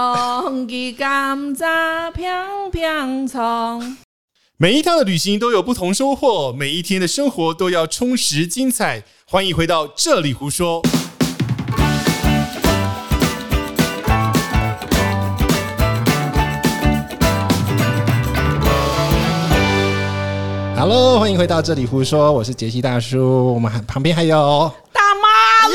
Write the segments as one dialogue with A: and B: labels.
A: 两支甘蔗飘飘冲，
B: 每一趟的旅行都有不同收获，每一天的生活都要充实精彩。欢迎回到这里胡说。Hello，欢迎回到这里胡说，我是杰西大叔。我们还旁边还有
A: 大妈鲁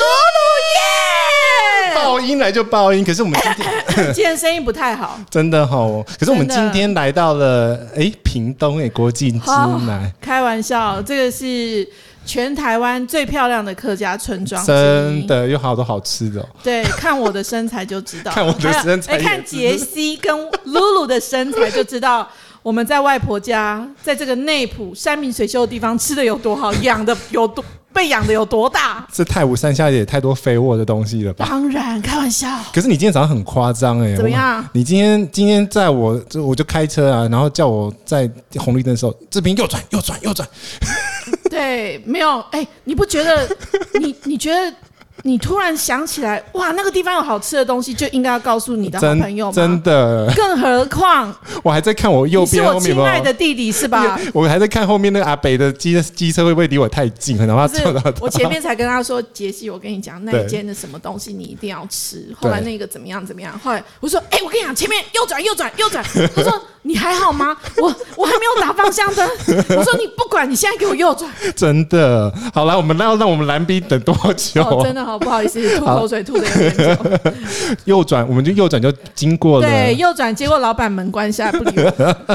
B: 爆音来就爆音，可是我们今天
A: 鲁哦耶！今天声音不太好，
B: 真的哈、可是我们
A: 真的
B: 今天来到了哎屏东哎国际之南，
A: 开玩笑，这个是全台湾最漂亮的客家村庄，
B: 真。的有好多好吃的、哦。
A: 对，看我的身材就知道，
B: 看我的身材
A: 还有
B: 也
A: 哎看
B: 知
A: 杰西跟露露的身材就知道，我们在外婆家，在这个内埔山明水秀的地方吃的有多好，养的有多被养的有多大。
B: 这太武山下也太多肥沃的东西了吧？
A: 当然，开玩笑，
B: 可是你今天早上很夸张哎，
A: 怎么
B: 我
A: 样
B: 你今天今天在我就我就开车啊，然后叫我在红绿灯的时候，这边右转右转右转，
A: 对，没有，哎、你不觉得？ 你你觉得？你突然想起来，哇，那个地方有好吃的东西，就应该要告诉你的好朋友
B: 真
A: 吗？
B: 真的，
A: 更何况
B: 我还在看我右
A: 你是
B: 边
A: 我
B: 后面有
A: 亲
B: 没
A: 爱的
B: 有。
A: 弟弟是 吧？
B: 我还在看后面那个阿北的机机车会不会离我太近，很怕
A: 不 是
B: 撞到他。
A: 我前面才跟他说，杰西，我跟你讲，那
B: 对
A: 一间的什么东西你一定要吃。后来那个怎么样怎么样？后来我说，哎、我跟你讲，前面右转右转右转。他说你还好吗？我我还没有打方向灯。我说你不管，你现在给我右转。
B: 真的，好了，我们让让我们蓝冰等多久？
A: 哦，真的好不好意思，吐口水吐的有点久。
B: 右转， 我们就右转就经过了。
A: 对，右转，结果老板门关下不理 我。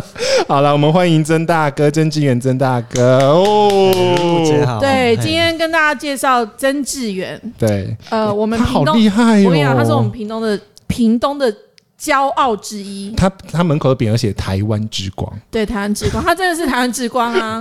B: 好了，我们欢迎曾大哥、曾志远、曾大哥哦。
C: 陆姐嗯好，
A: 嗯对，
C: 嘿
A: 今天跟大家介绍曾志远，
B: 对，
A: 呃，我们
B: 哎他
A: 屏
B: 好
A: 东，
B: 厉害哦！
A: 我跟你讲，他是我们屏东的屏东的骄傲之一。
B: 他他门口的匾额写“台湾之 光
A: 对台湾之光，他真的是台湾之光 啊！”，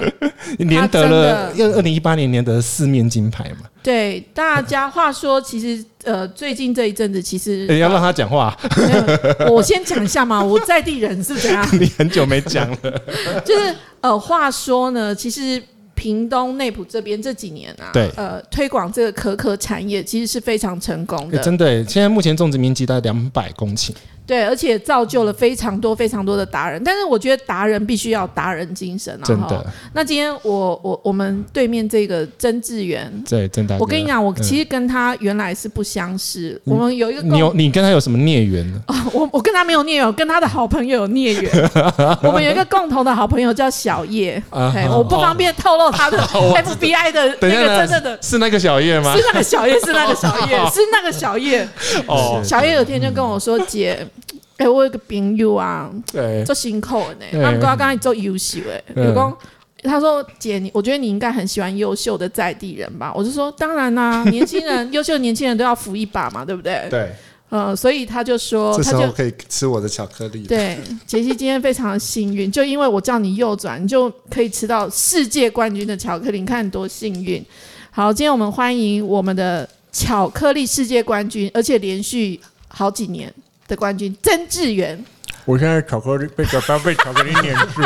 B: 连得了二二零一八年连得了四面金牌 嘛。
A: 对大家，话说，其实呃，最近这一阵子，其实、
B: 欸、要让他 讲话，
A: 没有我先讲一下 嘛，我在地人是怎样，
B: 你很久没讲了。
A: 就是呃，话说呢，其实屏东内埔这边这几年啊，
B: 对
A: 呃，推广这个可可产业其实是非常成功
B: 欸
A: 的，
B: 真的欸，现在目前种植面积大概两百公顷。
A: 对，而且造就了非常多非常多的达人，但是我觉得达人必须要有达人精神啊，
B: 真的
A: 哈那今天我我我们对面这个曾志源，
B: 对，曾大哥，
A: 我跟你讲，我
B: 嗯
A: 其实跟他原来是不相识，
B: 嗯
A: 我哦们有一个共
B: 你有你跟他有什么孽缘呢？
A: 我我跟他没有孽缘，我跟他的好朋友有孽 缘。我们有一个共同的好朋友叫小叶，
B: 啊
A: 嘿
B: 好
A: 我不方便透露 他的 FBI 的
B: 等
A: 那
B: 一
A: 个
B: 下呢，
A: 真正 的。
B: 是那个小叶吗
A: 是？那个小叶，是那个小叶，
B: 哦
A: 是那个小 叶。
B: 哦，
A: 小叶有天就跟我说：“姐，哎，我有个朋友啊，
B: 对，
A: 做辛苦的呢，啊
B: 嗯
A: 他们刚刚做优秀哎，
B: 嗯
A: 有讲。”他说：“姐，你我觉得你应该很喜欢优秀的在地人吧？”我就说：“当然啦、年轻人，优秀的年轻人都要扶一把嘛，对不对？”
B: 对，
A: 嗯，所以他就说，
C: 这
A: 他
C: 时
A: 就
C: 候可以吃我的巧克力。
A: 对，杰西今天非常的幸运，就因为我叫你右转，你就可以吃到世界冠军的巧克力，你看你多幸运。好，今天我们欢迎我们的巧克力世界冠军，而且连续好几年的冠军曾志源。
C: 我现在巧克力被小包被巧克力粘住，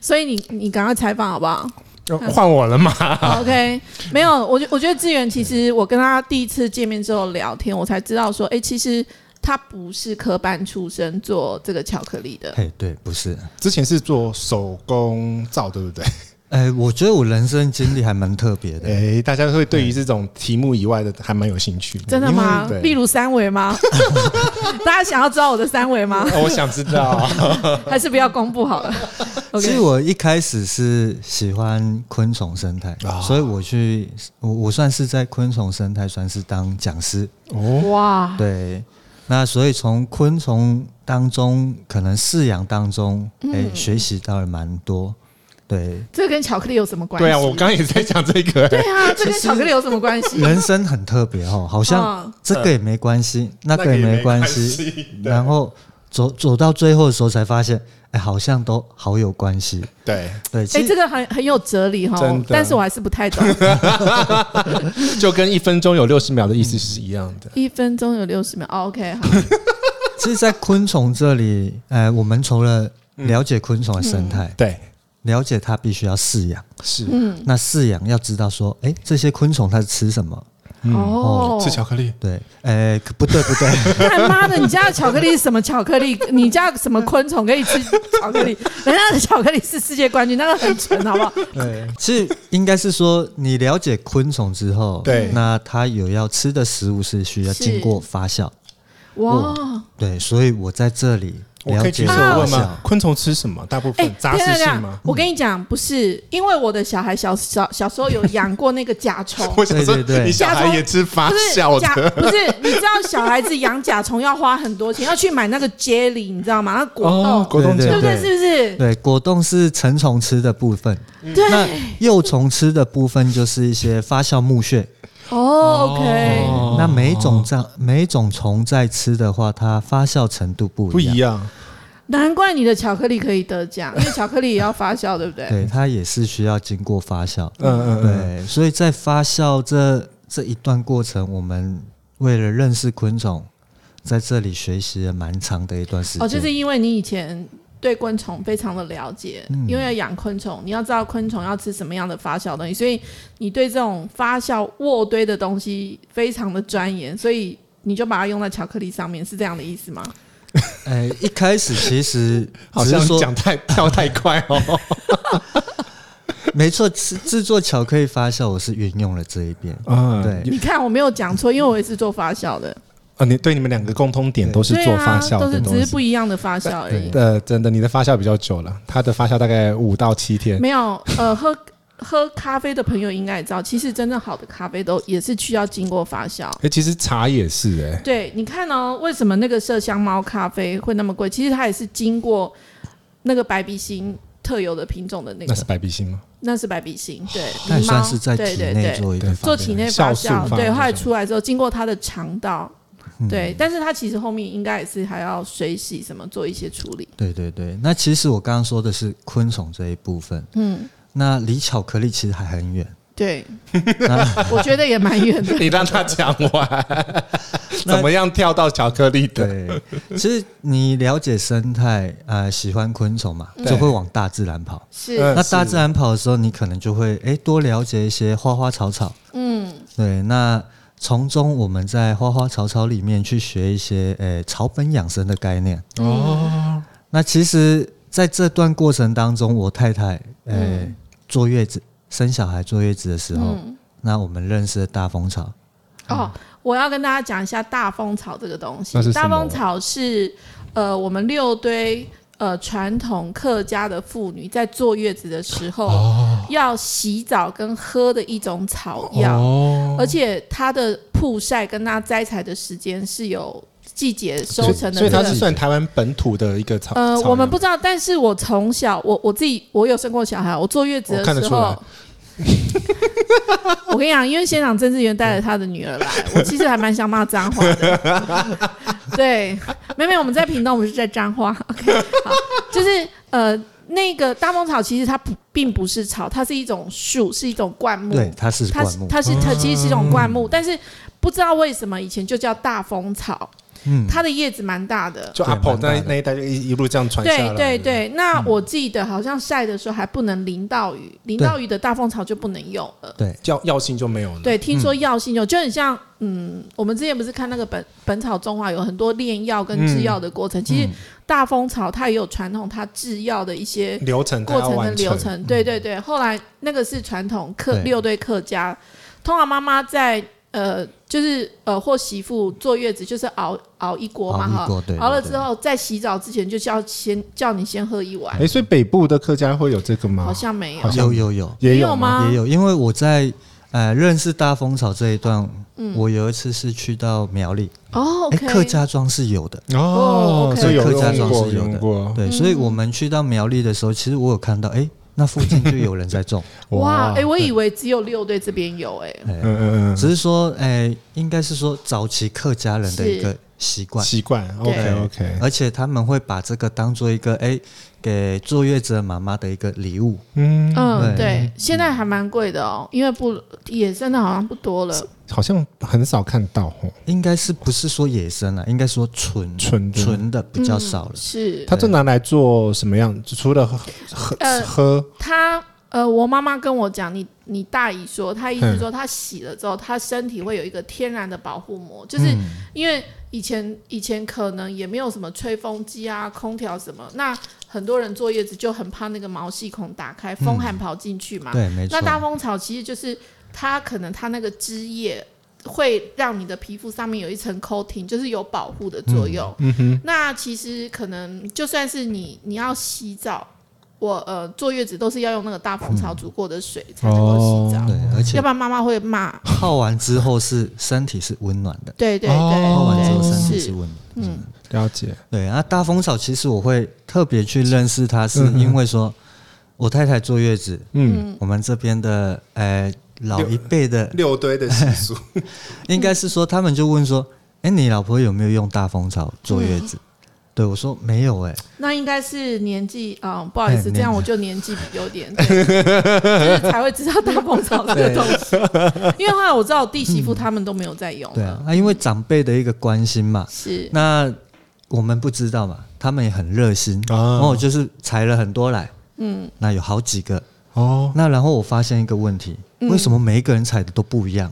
A: 所以你你赶快采访好不好、
B: 要换我了嘛？
A: o k 没有，我觉我觉得志源其实我跟他第一次见面之后聊天，我才知道说，哎、其实他不是科班出身做这个巧克力的。
C: 嘿，对，不是，
B: 之前是做手工皂，对不 对？
C: 哎，我觉得我人生经历还蛮特别
A: 哦
C: 的，
B: 哎、大家会对于这种题目以外的还蛮有兴趣的。
A: 真的吗？例如三维吗？大家想要知道我的三维吗？
B: 哦我想知道，
A: 还是不要公布好了
C: 其实
A: ？OK，
C: 我一开始是喜欢昆虫生态
B: 啊，
C: 所以我去，我我算是在昆虫生态算是当讲师，
B: 哦，
A: 哇，
C: 对。那所以从昆虫当中，可能饲养当中，
A: 嗯
C: 哎、学习到了蛮多，对，
A: 这跟巧克力有什么关系？
B: 对啊，我刚刚也在讲这个、
A: 对啊，这跟巧克力有什么关 系？
C: 人生很特别哦，好像
A: 嗯
C: 这个也没关系，那个也没关系，
B: 对
C: 然后走走到最后的时候才发现，哎，好像都好有关系。
B: 对，
C: 对，
A: 哎、
C: 其
A: 这
C: 实
A: 个很很有哲理哈
B: 真的，
A: 但是我还是不太懂。
B: 就跟一分钟有六十秒的意思是一样的。
A: 一分钟有六十秒、哦、，OK，好，
C: 其实，在昆虫这里，呃，我们除了
B: 嗯
C: 了解昆虫的生态，
A: 嗯
B: 对，
C: 了解它必须要饲养，
B: 是，
C: 那饲养要知道说，哎，这些昆虫它是吃什么，
A: 哦，
B: 吃巧克力，
C: 对，呃，可不对不 对，
A: 看妈的，你家的巧克力是什么巧克力？你家什么昆虫可以吃巧克力？人家的巧克力是世界冠军，那个很纯，好不好？
C: 对，是应该是说你了解昆虫之后，
B: 对
C: 那它有要吃的食物是需要
A: 是
C: 经过发酵，
A: 哇！
C: 对，所以我在这里
B: 我可
C: 了
B: 以
C: 解
B: 举手
C: 发
B: 问
C: 酵
B: 吗？，昆虫吃什么？大部
A: 哎、
B: 分杂
A: 等一
B: 食
A: 下
B: 性
A: 等一下
B: 吗？
A: 我跟你讲，不是，因为我的小孩小小小时候有养过那个甲虫，
B: 我想说，
C: 对对对
B: 你小孩也吃发
A: 不是
B: 酵
A: 甲，
B: 的，
A: 不是，你知道小孩子养甲虫要花很多钱，要去买那个 jelly，你知道吗？那果冻，
B: 果冻
C: 对
A: 对
B: 酱
A: 不对？是不是？
C: 对，果冻是成虫吃的部分，
A: 嗯对，
C: 那幼虫吃的部分就是一些发酵木屑。
A: 哦，OK，
B: 哦
C: 那每种在每种虫在吃的话，它发酵程度不
B: 不
C: 一样，
B: 一样。
A: 难怪你的巧克力可以得奖，因为巧克力也要发酵，对不对？
C: 对，它也是需要经过发酵。
B: 嗯嗯嗯，
C: 对，所以在发酵这这一段过程，我们为了认识昆虫，在这里学习了蛮长的一段时间。
A: 哦，就是因为你以前对昆虫非常的了解，
B: 嗯
A: 因为要养昆虫，你要知道昆虫要吃什么样的发酵东西，所以你对这种发酵渥堆的东西非常的钻研，所以你就把它用在巧克力上面，是这样的意思吗？
C: 哎，一开始其实
B: 好
C: 只是
B: 像
C: 说
B: 讲太跳太快哦。
C: 没错，制制作巧克力发酵，我是运用了这一边。
B: 嗯，
C: 对
A: 你看我没有讲错，因为我也是做发酵的，
B: 啊，你对你们两个共通点都是
A: 对
B: 做发酵
A: 啊，都
B: 的
A: 是
B: 东
A: 只是
B: 西。
A: 不一样的发酵而已。
B: 呃，真的，你的发酵比较久了，他的发酵大概五到七天。
A: 没有，呃，喝喝咖啡的朋友应该也知道，其实真正好的咖啡豆也是需要经过发酵。
B: 哎，其实茶也是哎，
A: 对，你看哦，为什么那个麝香猫咖啡会那么贵？其实它也是经过那个白鼻星特有的品种的那个，
B: 那是白鼻心吗？
A: 那是白鼻星，对，
C: 那
A: 狸
C: 也
A: 猫
C: 算是在
A: 对
C: 体
A: 对
C: 内
A: 对，
C: 做一个
B: 对
C: 发
A: 做
C: 酵
A: 体内发
B: 酵素
A: 酵，
B: 发
A: 对，
B: 酵
A: 后来出来之后，经过它的肠道，
C: 嗯
A: 对，但是它其实后面应该也是还要水洗什么做一些处理，
C: 对对对，那其实我刚刚说的是昆虫这一部分，
A: 嗯，
C: 那离巧克力其实还很远。
A: 对，我觉得也蛮远的，
B: 你让他讲完， 怎么样跳到巧克力的？
C: 对，其实你了解生态，呃，喜欢昆虫嘛，就会往大自然跑。
A: 是
B: 嗯
C: 那大
B: 是
C: 自然跑的时候，你可能就会诶多了解一些花花草草。
A: 嗯，
C: 对，那从中我们在花花草草里面去学一些诶草本养生的概念。
B: 哦，
C: 那其实在这段过程当中，我太太诶、
A: 嗯
C: 坐月子生小孩坐月子的时候，那我们认识了大蜂巢。
A: 哦，我要跟大家讲一下大蜂草这个东西
B: 嗯那是。什
A: 大
B: 么
A: 蜂草是呃，我们六堆呃传统客家的妇女在坐月子的时候、
B: 哦
A: 要洗澡跟喝的一种草药，
B: 哦，
A: 而且它的曝晒跟它摘采的时间是有季节收成的、
B: 所
A: 这
B: 以它
A: 个。
B: 是算台湾本土的一个草。
A: 呃，
B: 草
A: 我们
B: 苗
A: 不知道，但是我从小，我我自己，我有生过小孩，我坐月子
B: 我看
A: 的
B: 得
A: 时
B: 出来
A: 候， 我跟你讲，因为现场郑志源带了他的女 儿来，我其实还蛮想骂脏话的。对，妹妹，我们在屏东，我们是在彰化。OK，好，就是呃，那个大蜂草其实它不并不是草，它是一种树，是一种灌木。
C: 对，它是
A: 嗯它
C: 灌
A: 是
C: 木。
A: 它是它其实是一种灌
B: 嗯
A: 木，但是不知道为什么以前就叫大蜂草，
C: 嗯，
A: 它的叶子蛮大的，
B: 就
C: 对
B: 阿婆
C: 蛮大
B: 那
C: 的
B: 那一代就一一路这样传下
A: 对
B: 来。嗯
A: 对对，那我记得好像晒的时候还不能淋到雨，淋到雨的大蜂巢就不能用了。
C: 对，
B: 药药性就没有了。
A: 对，听
B: 嗯
A: 说药性有，就很像，嗯，我们之前不是看那个本《本草中华》有很多炼药跟
B: 嗯
A: 制药的过程，其实大蜂巢它也有传统，它制药的一些
B: 流程它
A: 过
B: 要
A: 程跟
B: 完
A: 流程。对对对，后来那个是传统客
C: 嗯对
A: 六对客家，通常妈妈在呃，就是呃或媳妇坐月子就是熬熬一锅嘛
C: 熬一
A: 哈
C: 锅对，
A: 熬了
C: 对
A: 之后在洗澡之前就叫先叫你先喝一碗
B: 哎、，所以北部的客家会有这个吗？
A: 好像没有
B: 好，像
C: 有有有
B: 也有
A: 有？吗？
C: 哦也有，因为我在呃认识大蜂巢这一段，
A: 嗯
C: 我有一次是去到苗栗，
A: 哦
C: 哎、
A: ，OK，
C: 客家庄是有的，
A: 哦，OK
B: 所以有
C: 客家
B: 用
C: 庄
B: 过，
C: 是有
B: 用
C: 的
B: 过。
A: 嗯
C: 对，所以我们去到苗栗的时候，其实我有看到，哎、那附近就有人在种，
A: 哇，哎，我以为只有六队这边有，哎，
C: 哎、
B: 嗯 嗯
C: 只是说，哎、应该是说早期客家人的一个习
B: 嗯，
C: 惯，
B: 习惯。OK
A: 对
B: OK，
C: 而且他们会把这个当做一个，哎、给坐月子的妈妈的一个礼物，
B: 嗯，
A: 嗯，
C: 对
A: 对，现在还蛮贵的哦，因为不野生的好像不多了，
B: 好像很少看到哦，
C: 应该是不是说野生啊，应该说纯
B: 纯的
C: 纯的比较少了，
A: 是
B: 它就拿来做什么样？就除了喝喝
A: 呃
B: 喝
A: 它。呃，我妈妈跟我讲，你你大姨说，她意思说她洗了之后，她身体会有一个天然的保护膜，就是因为以前以前可能也没有什么吹风机啊、空调什么，那很多人坐月子就很怕那个毛细孔打开，风寒跑进去嘛。
C: 对，没错
A: 嗯那。大风草其实就是它可能它那个枝叶会让你的皮肤上面有一层 coating，就是有保护的作用。
B: 嗯哼，
A: 那其实可能就算是你你要洗澡，我呃坐月子都是要用那个大风草煮过的水才能够洗澡，
B: 哦
C: 对，而且
A: 要不然妈妈会骂。
C: 泡完之后是身体是温暖的，
A: 对对
C: 泡
B: 哦
C: 完之
A: 对
C: 后
A: 对，
C: 身体是
A: 是
C: 温暖的。
A: 嗯
B: 了解。
C: 对啊，大风草其实我会特别去认识它，是因为说我太太坐月子，
B: 嗯，
C: 我们这边的呃老一辈的，
B: 六堆的习俗，
C: 应该是说他们就问说，哎，你老婆有没有用大风草坐月子？
B: 嗯
C: 对我说没有，哎，
B: 哦
A: 那应该是年纪啊、不好意思，
C: 哎
A: 这样
C: 年
A: 我就年纪有点，对就是才会知道大风草这个东西。因为后来我知道我弟媳妇他们都没有在用
C: 对
A: 了
C: 啊，，啊因为长辈的一个关心嘛，
A: 是
C: 那我们不知道嘛，他们也很热心，
B: 啊
C: 然后我就是采了很多来，嗯，那有好几个，
B: 哦，
C: 那然后我发现一个问题，
B: 嗯
C: 为什么每一个人采的都不一样？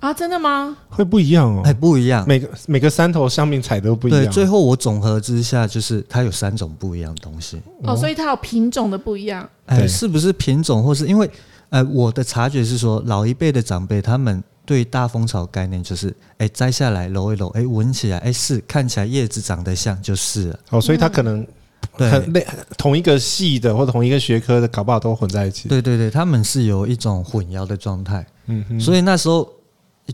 A: 啊，真的吗？
B: 会不一样哦
C: 哎，。不一样，
B: 每个每个山头上面采的都不一
C: 对，
B: 样。
C: 最后我总和之下，就是它有三种不一样的东西。
A: 哦，所以它有品种的不一样。
C: 哎、
B: 对
C: 是不是品种，或是因为呃，我的察觉是说，老一辈的长辈他们对大蜂巢概念就是，哎、摘下来揉一揉，哎、闻起来，哎、是看起来叶子长得像就是了。
B: 哦，所以它可能
C: 对
B: 很类同一个系的或同一个学科的，搞不好都混在一起。
C: 对对对，他们是有一种混淆的状态，
B: 嗯哼，
C: 所以那时候。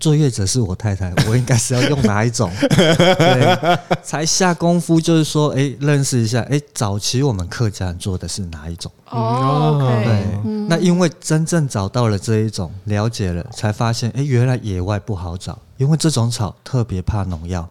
C: 坐月者是我太太，我应该是要用哪 一种？对，才下功夫，就是说，哎、认识一下，哎、早期我们客家人做的是哪一种？
A: 哦，OK，
C: 对
B: 哦，
C: 那因为真正找到了这一种，了解了，才发现，哎、原来野外不好找，因为这种草特别怕农药。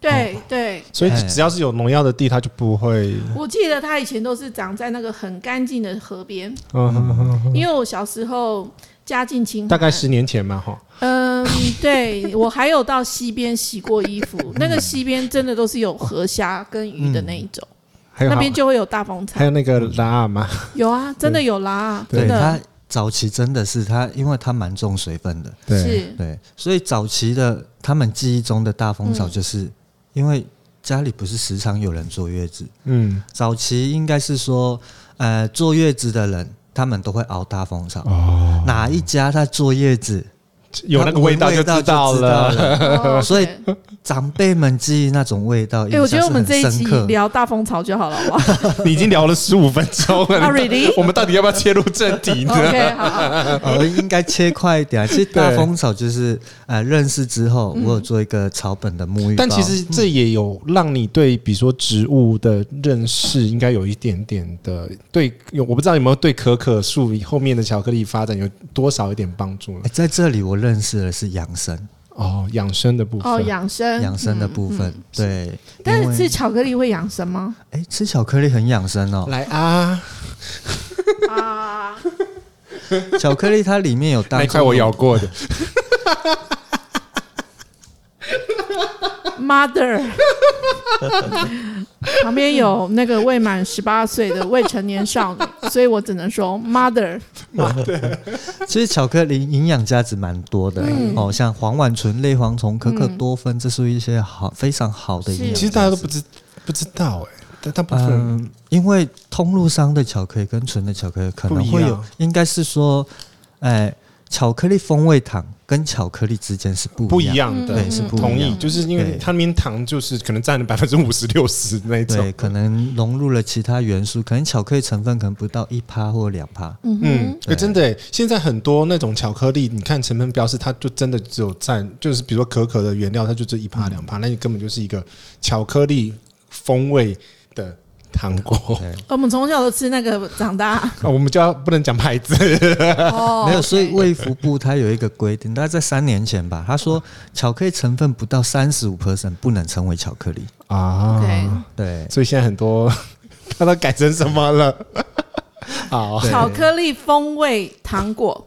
A: 对对，
B: 所以
C: 哎
B: 只要是有农药的地，它就不会。
A: 我记得它以前都是长在那个很干净的河边，
B: 嗯哼哼哼，
A: 因为我小时候家境清寒，
B: 大概十年前嘛，哈。
A: 嗯，对我还有到溪边洗过衣服，
C: 嗯
A: 那个溪边真的都是有河虾跟鱼的那一种，
C: 嗯
B: 还有
A: 那
B: 好
A: 边就会有大风
B: 还
A: 草，
B: 有那个拉阿妈，
A: 有啊，真的有啦，真
C: 它
A: 的
C: 早期真的是它，因为它蛮重水分的，
B: 嗯
A: 是
C: 对，所以早期的他们记忆中的大风草，
B: 嗯
C: 就是、因为家里不是时常有人坐月子，
B: 嗯，
C: 早期应该是说，呃，坐月子的人他们都会熬大风草。
B: 哦，
C: 哪一家他坐月子，
B: 有那个味道就知道了。
C: 了。
A: 哦
C: 所以
A: 对
C: 长辈们记忆那种味道，
A: 哎，我觉得我们这一
C: 印象
A: 集
C: 是很深刻
A: 聊大风草就好了，好不 好
B: 你已经聊了十五分钟了，
A: 啊
B: 你
A: ，really？
B: 我们到底要不要切入正题呢？
A: OK，好好，
C: 呃，应该切快一 点啊。其实大风草就是呃，认识之后，我有做一个草本的沐浴
B: 但
C: 包
B: 其实这也有让你对，比如说植物的认识，应该有一点点的对。有我不知道有没有对可可树后面的巧克力发展有多少一点帮助呢
C: 哎？在这里我认识的是养生，
B: 哦，养生的部分。
A: 哦，养生，
C: 养生的部分
A: 嗯，嗯
C: 对。
A: 但
C: 因
A: 是
C: 为
A: 吃巧克力会养生吗？
C: 哎，吃巧克力很养生 哦。
B: 来啊，
A: 啊，
C: 巧克力它里面有当
B: 那一块我咬过的，
A: Mother，旁边有那个未满十八岁的未成年少女，所以我只能说 Mother。
C: 其实巧克力营养价值蛮多的
A: 嗯
C: 哦，像黄烷醇、类黄酮、可可多酚，这是一些好非常好的营养
A: 是
C: 价值。
B: 其实大家都不知不知道哎、但大部分人
C: 嗯，因为通路商的巧克力跟纯的巧克力可能
B: 不
C: 会
B: 一
C: 有
B: 样，
C: 应该是说，哎、巧克力风味糖跟巧克力之间是不
B: 不
C: 一
B: 一
C: 样，
B: 样的
C: 对，，是不一样
B: 同意，就是因为
C: 对
B: 它那边糖就是可能占了百分之五十六十那一种
C: 对，，可能融入了其他元素，可能巧克力成分可能不到一趴或两趴，
A: 嗯
B: 嗯
A: 哼，，
B: 欸、真的欸、现在很多那种巧克力，你看成分标示，它就真的只有占，就是比如说可可的原料，它就这一趴两趴，那你根本就是一个巧克力风味的糖果。
A: 我们从小都吃那个长大。
B: 啊我们就要不能讲牌子，
A: 哦，
C: 没有。所以
A: OK
C: 卫福部它有一个规定，大概在三年前吧，他说
A: 嗯
C: 巧克力成分不到三十五 percent 不能成为巧克力。
B: 啊
A: OK
C: 对，
B: 所以现在很多 它都改成什么了？ 好，
C: 啊对
A: 巧克力风味糖果，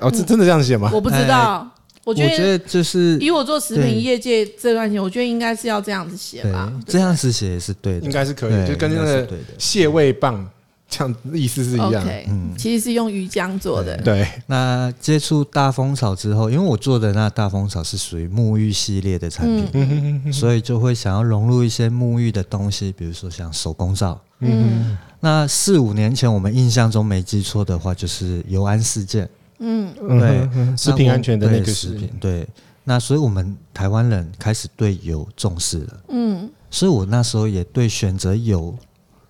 B: 哦，这真的这样写吗？
A: 我不知道。我
C: 哎我
A: 觉得
C: 得就是
A: 以我做食品
C: 对
A: 业界这段时间，我觉得应该是要这样子写
C: 对
A: 吧。
C: 这样子写也是对的，
B: 应该是可以，
C: 对
B: 就跟那
C: 应该是
B: 个
C: 对的
B: 蟹味棒这样意思是一样。
A: OK，其实
C: 嗯
A: 是用鱼浆做的。
B: 对，
C: 那接触大蜂草之后，因为我做的那大蜂草是属于沐浴系列的产品，
B: 嗯哼哼哼
C: 所以就会想要融入一些沐浴的东西，比如说像手工皂。
A: 嗯
C: 那四五年前，我们印象中没记错的话，就是油安事件，
A: 嗯，
B: 嗯哼哼食品安全的那个
C: 对
B: 食
C: 食
B: 品
C: 品，对。那所以我们台湾人开始对油重视了，
A: 嗯，
C: 所以我那时候也对选择油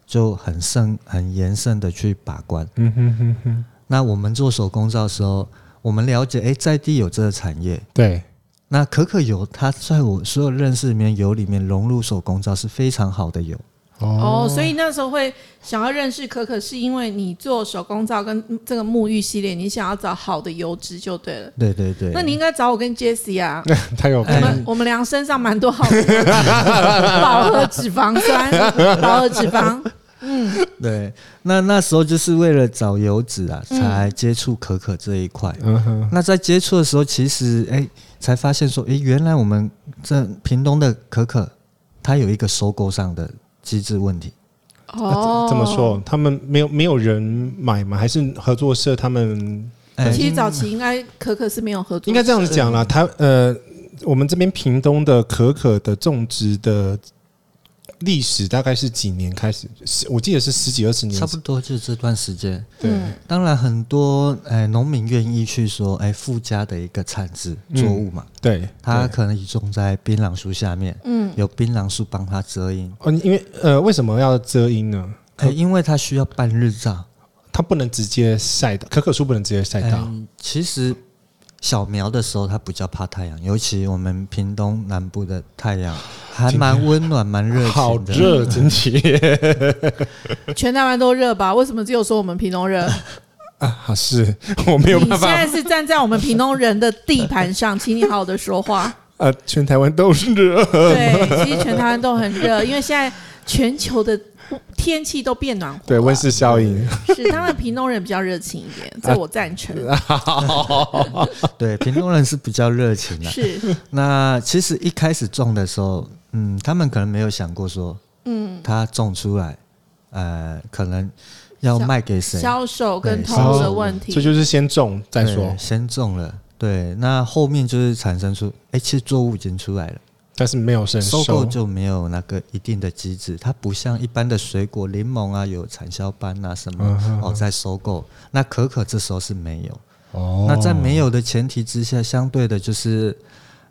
C: 就很慎、很严慎的去把关。
B: 嗯哼哼哼，
C: 那我们做手工皂的时候，我们了解，诶，在地有这个产业，
B: 对，
C: 那可可油，它在我所有认识里面油里面融入手工皂是非常好的油。
A: 哦，所以那时候会想要认识可可，是因为你做手工皂跟嗯这个沐浴系列，你想要找好的油脂就对了。
C: 对对对，
A: 那你应该找我跟 Jessie 啊，
B: 他有嗯
A: 我
B: 看
A: 们我们俩身上蛮多好的油 脂饱和脂肪酸、饱和脂肪，
C: 对那那时候就是为了找油脂啊，才接触可可这一块。
B: 嗯哼，
C: 那在接触的时候，其实哎、才发现说，哎、原来我们这屏东的可可，它有一个收购上的机制问题。
A: 哦，
B: 怎么？说？他们没有没有人买吗？还是合作社他们
C: 哎
A: 其实早期应该可可是没有合作，
B: 应该这样子讲啦，他呃，我们这边屏东的可可的种植的历史大概是几年开始？是我记得是十几二十年，
C: 差不多就是这段时间，
B: 对，
A: 嗯
C: 当然很多哎农、民愿意去说哎、附加的一个产值作物嘛，
B: 嗯对，
C: 它
B: 对
C: 可能种在槟榔树下面，
A: 嗯
C: 有槟榔树帮它遮阴，
B: 哦，因为呃，为什么要遮阴呢？
C: 哎、因为它需要半日照。
B: 它不能直接晒到，可可树不能直接晒到。
C: 嗯，其实小苗的时候它比较怕太阳，尤其我们屏东南部的太阳还蛮温暖、蛮哎热
B: 好
C: 情的。
B: 热，真奇
A: 全台湾都热吧？为什么只有说我们屏东热？
B: 啊！是我 没有
A: 你现
B: 办
A: 在
B: 法，
A: 是站在我们屏东人的地盘上，请你好好的说话。
B: 呃，全台湾都是热，
A: 对，其实全台湾都很 热，因为现在全球的天气都变暖和了。
B: 对温室效应。
A: 是，当然屏东人比较热情一点，这我赞 成。
C: 对，屏东人是比较热情的。
A: 是，
C: 那其实一开始种的时候，嗯，他们可能没有想过说
A: 嗯，
C: 它种出来，呃，可能要卖给谁，
A: 销售跟
C: 对
A: 投入的
B: 销
A: 问
B: 这
A: 题。
B: 就是先种再
C: 对
B: 说，
C: 先种了。对，那后面就是产生出，哎、其实作物已经出来了。
B: 但是没有人
C: 收
B: 收
C: 购就没有那个一定的机制，它不像一般的水果，柠檬啊有产销班啊什么、
B: 嗯哼
C: 哦在收购，那可可这时候是没有。
B: 哦
C: 那在没有的前提之下，相对的就是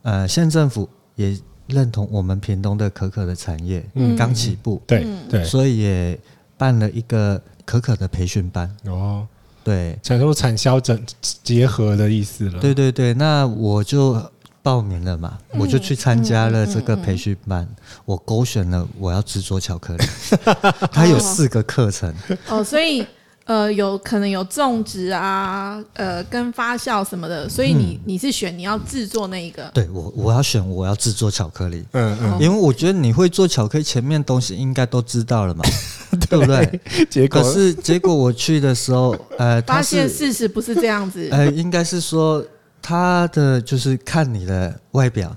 C: 呃县政府也认同我们屏东的可可的产业
A: 嗯
C: 刚、起步，
B: 对对
C: 所以也办了一个可可的培训班。
B: 哦，
C: 对
B: 产出产销整结合的意思了。
C: 对对对，那我就。报名了嘛，
A: 嗯
C: 我就去参加了这个培训班，我勾选了我要制作巧 克力，它有四个课程，
A: 哦，所以呃，有可能有种植啊，呃，跟发酵什么的，所以
C: 嗯
A: 你你是选你要制作那一个。
C: 对我我要选我要制作巧克力，
B: 嗯嗯，
C: 因为我觉得你会做巧克力，前面东西应该都知道了嘛，对不对？
B: 结果
C: 可是 结果我去的时候，呃，
A: 发
C: 它
A: 现
C: 是
A: 事实不是这样子，
C: 呃，应该是说它的就是看你的外表。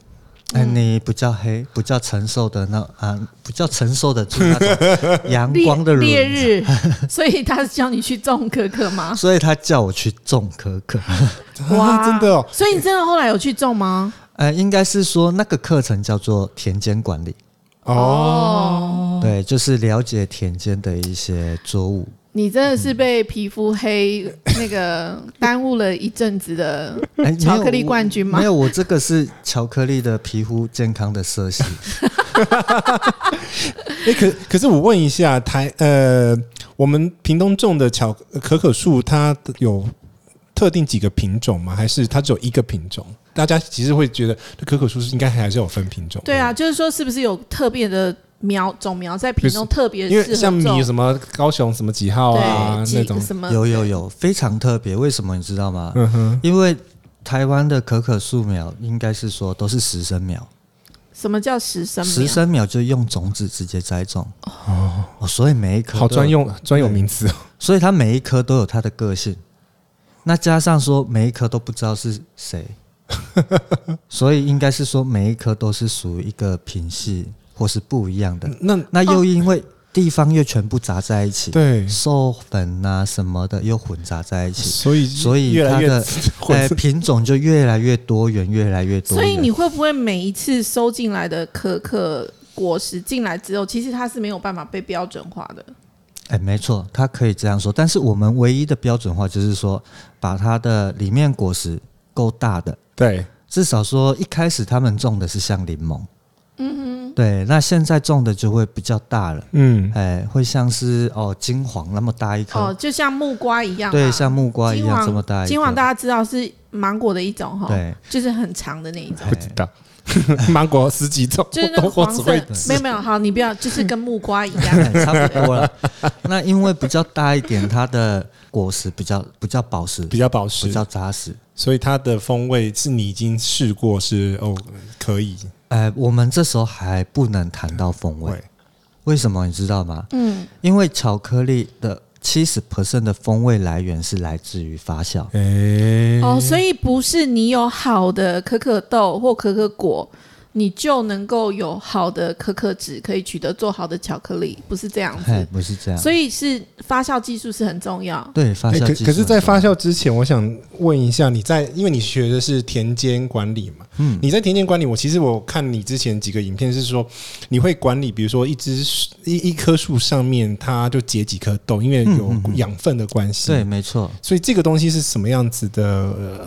C: 哎，
A: 嗯
C: 你比较黑，比较承受的那啊，比较承受得住那 种阳
A: 烈
C: 光的轮
A: 烈 日，所以他是叫你去种可可吗？
C: 所以他叫我去种可可。
A: 哇，
B: 真的哦
A: 所以你真的后来有去种吗？
C: 呃，应该是说那个课程叫做田间管理，
B: 哦，
C: 对，就是了解田间的一些作物。
A: 你真的是被皮肤黑那个耽误了一阵子 的
C: 哎没有
A: 嗯巧克力冠军吗
C: 没有，我这个是巧克力的皮肤健康的 色系。
B: 哎、可可是我问一下，台呃，我们屏东种的巧呃可可树，它有特定几个品种吗？还是它只有一个品种？大家其实会觉得这可可树是应该还是有分品种。
A: 对啊，，就是说是不是有特别的苗种苗在屏东特别
B: 因为
A: 适合
B: 像米
A: 种
B: 什么高雄什么几号
A: 对
B: 啊那
A: 几
B: 种
A: 个，什么
C: 有有有，非常特别。为什么你知道吗？
B: 嗯哼，
C: 因为台湾的可可树苗应该是说都是实生苗，
A: 什么叫十生苗啊
C: 实生苗就用种子直接栽种。哦，所以每一颗
B: 好
C: 都有
B: 专用专有名词哦。
C: 所以它每一颗都有它的个性。那加上说每一颗都不知道是 谁，所以应该是说每一颗都是属于一个品系或是不一样的。
B: 那
C: 那又因为地方又全部杂在一起，
B: 哦对，
C: 授粉啊什么的又混杂在一起，
B: 所以
C: 所以
B: 越来越
C: 它的哎、品种就越来越多元，越来越多
A: 所
C: 元。
A: 以你会不会每一次收进来的可可果实进来之后，其实它是没有办法被标准化的？
C: 哎、没错，它可以这样说，但是我们唯一的标准化就是说，把它的里面果实够大的，
B: 对
C: 至少说一开始他们种的是像柠檬，嗯哼，对，那现在种的就会比较大了，
B: 嗯，
C: 哎、会像是哦金黄那么大一颗，
A: 哦，就像木瓜一样嘛，啊
C: 对，像木瓜一
A: 金
C: 样
A: 黄
C: 这么大一颗，
A: 金黄大家知道是芒果的一种哈，
C: 对，
A: 就是很长的那一种。
B: 不
C: 哎
B: 知道 芒果十几种，
A: 就是那个
B: 我都我
A: 黄
B: 只
A: 色
B: 会，
A: 没有没有，好，你不要，就是跟木瓜一样，
C: 哎差不多了。那因为比较大一点，它的果实比较比较保实，
B: 比较保
C: 比
B: 湿，
C: 较扎实。
B: 所以它的风味是你已经试过是哦可以
C: 哎，我们这时候还不能谈到风味
B: 会，，
C: 为什么你知道吗？
A: 嗯，
C: 因为巧克力的七十 percent 的风味来源是来自于发酵。
B: 哎
A: 哦，所以不是你有好的可可豆或可可果，你就能够有好的可可脂可以取得做好的巧克力，不是这样
C: 嘿
A: 子，。
C: 不是
B: 啊
C: 这样。
A: 所以是发酵技术是很重要。
C: 对发
B: 欸
C: 酵
B: 可
C: 技术很重要、
B: 可是，在发酵之前，我想问一下，你在因为你学的是田间管理嘛？嗯，你在田间管理，我其实我看你之前几个影片是说，你会管理，比如说一只树一一棵树上面它就结几颗豆，因为有养分的关系。
C: 嗯对，，没错。
B: 所以这个东西是什么样子的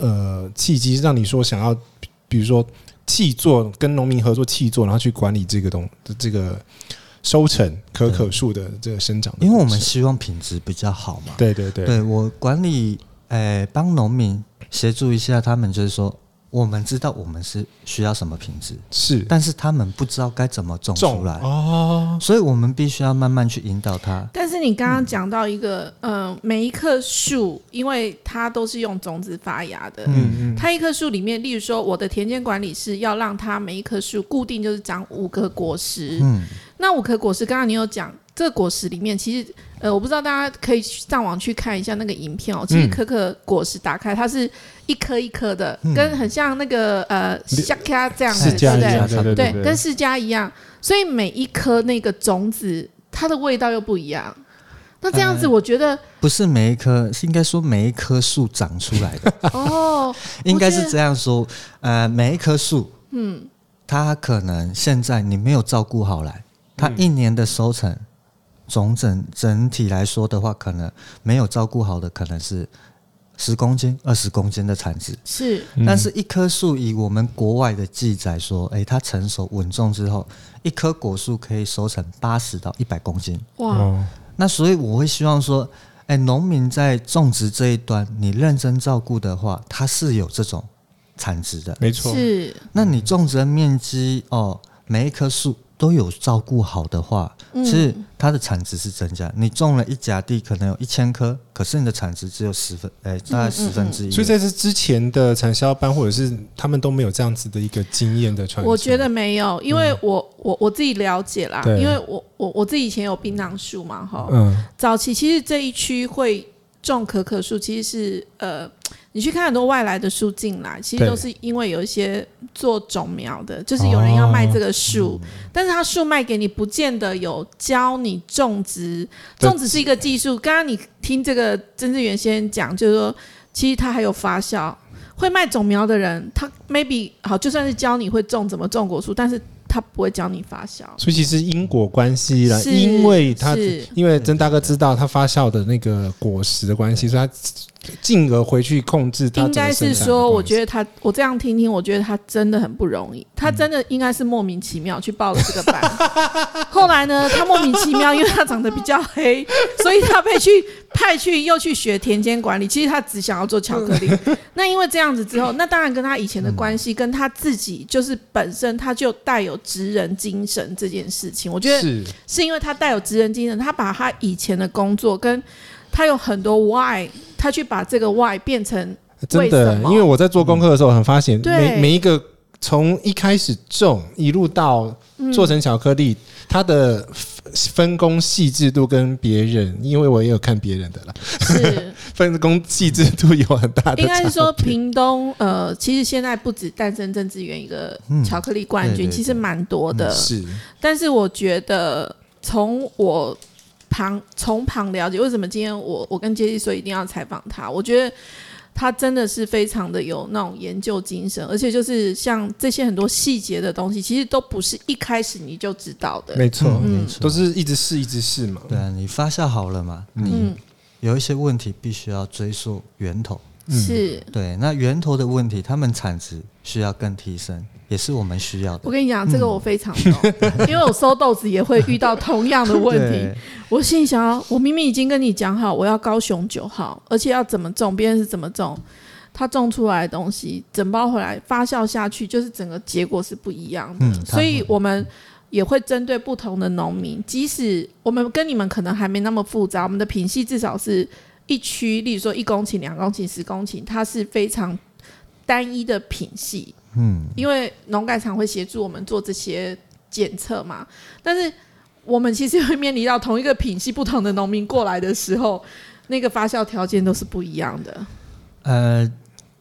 B: 呃契机，让你说想要，比如说契作跟农民合作契作，然后去管理这个东这个收成可可树的这个生长的过程？
C: 因为我们希望品质比较好嘛。
B: 对对对
C: 对我管理，哎，帮农民协助一下他们，就是说。我们知道我们是需要什么品质，
B: 是
C: 但是他们不知道该怎么种
B: 种
C: 出来，
B: 哦。
C: 所以我们必须要慢慢去引导他。
A: 但是你刚刚讲到一个，嗯、呃，每一棵树，因为它都是用种子发芽的，
B: 嗯嗯，
A: 它一棵树里面，例如说我的田间管理是要让它每一棵树固定就是长五颗果实，
C: 嗯，
A: 那五颗果实，刚刚你有讲，这个果实里面其实，呃，我不知道大家可以去上网去看一下那个影片哦。
B: 嗯
A: 其实可可果实打开，它是一颗一颗的，跟很像那个呃夏卡这样子，
B: 嗯是
A: 对
B: 加
A: 不
B: 一
A: 对
B: 样，？
C: 对
B: 对
A: 对，
B: 对，
A: 跟释迦一样，所以每一颗那个种子，它的味道又不一样。那这
B: 哎
A: 样子，我觉得、
C: 不是每一棵，是应该说每一棵树长出来的，
A: 哦，
C: 应该是这样说。呃，每一棵树，嗯，它可能现在你没有照顾好来，它一年的收成，总整整体来说的话，可能没有照顾好的可能是十公斤、二十公斤的产值。
A: 是
C: 但是，一棵树以我们国外的记载说，诶，它成熟稳重之后，一棵果树可以收成八十到一百公斤。
A: 哇，
B: 哦，
C: 那所以我会希望说，哎、农民在种植这一端，你认真照顾的话，它是有这种产值的。
B: 没错，
A: 是
C: 那你种植的面积哦，每一棵树都有照顾好的话，
A: 嗯
C: 其实它的产值是增加。你种了一甲地，可能有一千棵，可是你的产值只有十分，哎、大概十分之一。
A: 嗯
B: 所以在这之前的产销班或者是他们都没有这样子的一个经验的传承，
A: 我觉得没有，因为我、我我自己了解啦，
B: 对
A: 因为我我我自己以前有槟榔树嘛，哈，
B: 嗯，
A: 早期其实这一区会种可可树，其实是呃，你去看很多外来的树进来，其实
B: 对
A: 都是因为有一些做种苗的，就是有人要卖这个树，但是他树卖给你，不见得有教你种植。
B: 对
A: 种植是一个技术，刚刚你听这个曾志远先生讲，就是说其实他还有发酵。会卖种苗的人，他 maybe 好，就算是教你会种怎么种果树，但是他不会教你发酵。
B: 所以其实因果关系啦，
A: 是
B: 因为它
A: 是
B: 因为曾大哥知道它发酵的那个果实的关系，所以它进而回去控制它整
A: 应
B: 个生产
A: 该
B: 的关系。
A: 是说，我觉得他，我这样听听，我觉得他真的很不容易，他真
B: 嗯
A: 的应该是莫名其妙去报了这个班。 后来呢，他莫名其妙，因为他长得比较 黑，所以他被去派去又去学田间管理。其实他只想要做巧克力。
B: 嗯
A: 那因为这样子之后，那当然跟他以前的关系，跟他自己就是本身他就带有职人精神这件事情，我觉得
B: 是
A: 是因为他带有职人精神，他把他以前的工作跟他有很多 why，他去把这个 why 变成
B: 真的
A: 为什，么
B: 因为我在做功课的时候，很发现
A: 对
B: 每每一个从一开始种一路到做成巧克力，它的分分工细致度跟别人，因为我也有看别人的啦，
A: 是，
B: 分工细致度有很大的
A: 应该是
B: 差。
A: 说屏东呃，其实现在不止诞生郑志远一个巧克力冠
C: 嗯对嗯
A: 军，
C: 对
A: 其实蛮多的，
B: 是
A: 但是我觉得。从我旁从旁了解，为什么今天我我跟杰西说一定要采访他？我觉得他真的是非常的有那种研究精神，而且就是像这些很多细节的东西，其实都不是一开始你就知道的。
B: 没错，
C: 没错
B: 都是一直试一直试嘛。
C: 对啊，你发酵好了嘛，你
A: 嗯，
C: 有一些问题必须要追溯源头。
A: 是。
C: 对，那源头的问题，他们产值需要更提升，也是我们需要的
A: 我。跟你讲，
C: 嗯
A: 这个我非常懂，因为我收豆子也会遇到同样的问题。
C: 对
A: 我心里想要，我明明已经跟你讲好，我要高雄九号，而且要怎么种，别人是怎么种，他种出来的东西，整包回来发酵下去，就是整个结果是不一样的。
C: 嗯
A: 所以我们也会针对不同的农民，即使我们跟你们可能还没那么复杂，我们的品系至少是一区，例如说一公顷、两公顷、十公顷，它是非常单一的品系。
C: 嗯，
A: 因为农改场会协助我们做这些检测嘛，但是我们其实会面临到同一个品系不同的农民过来的时候，那个发酵条件都是不一样的。
C: 呃，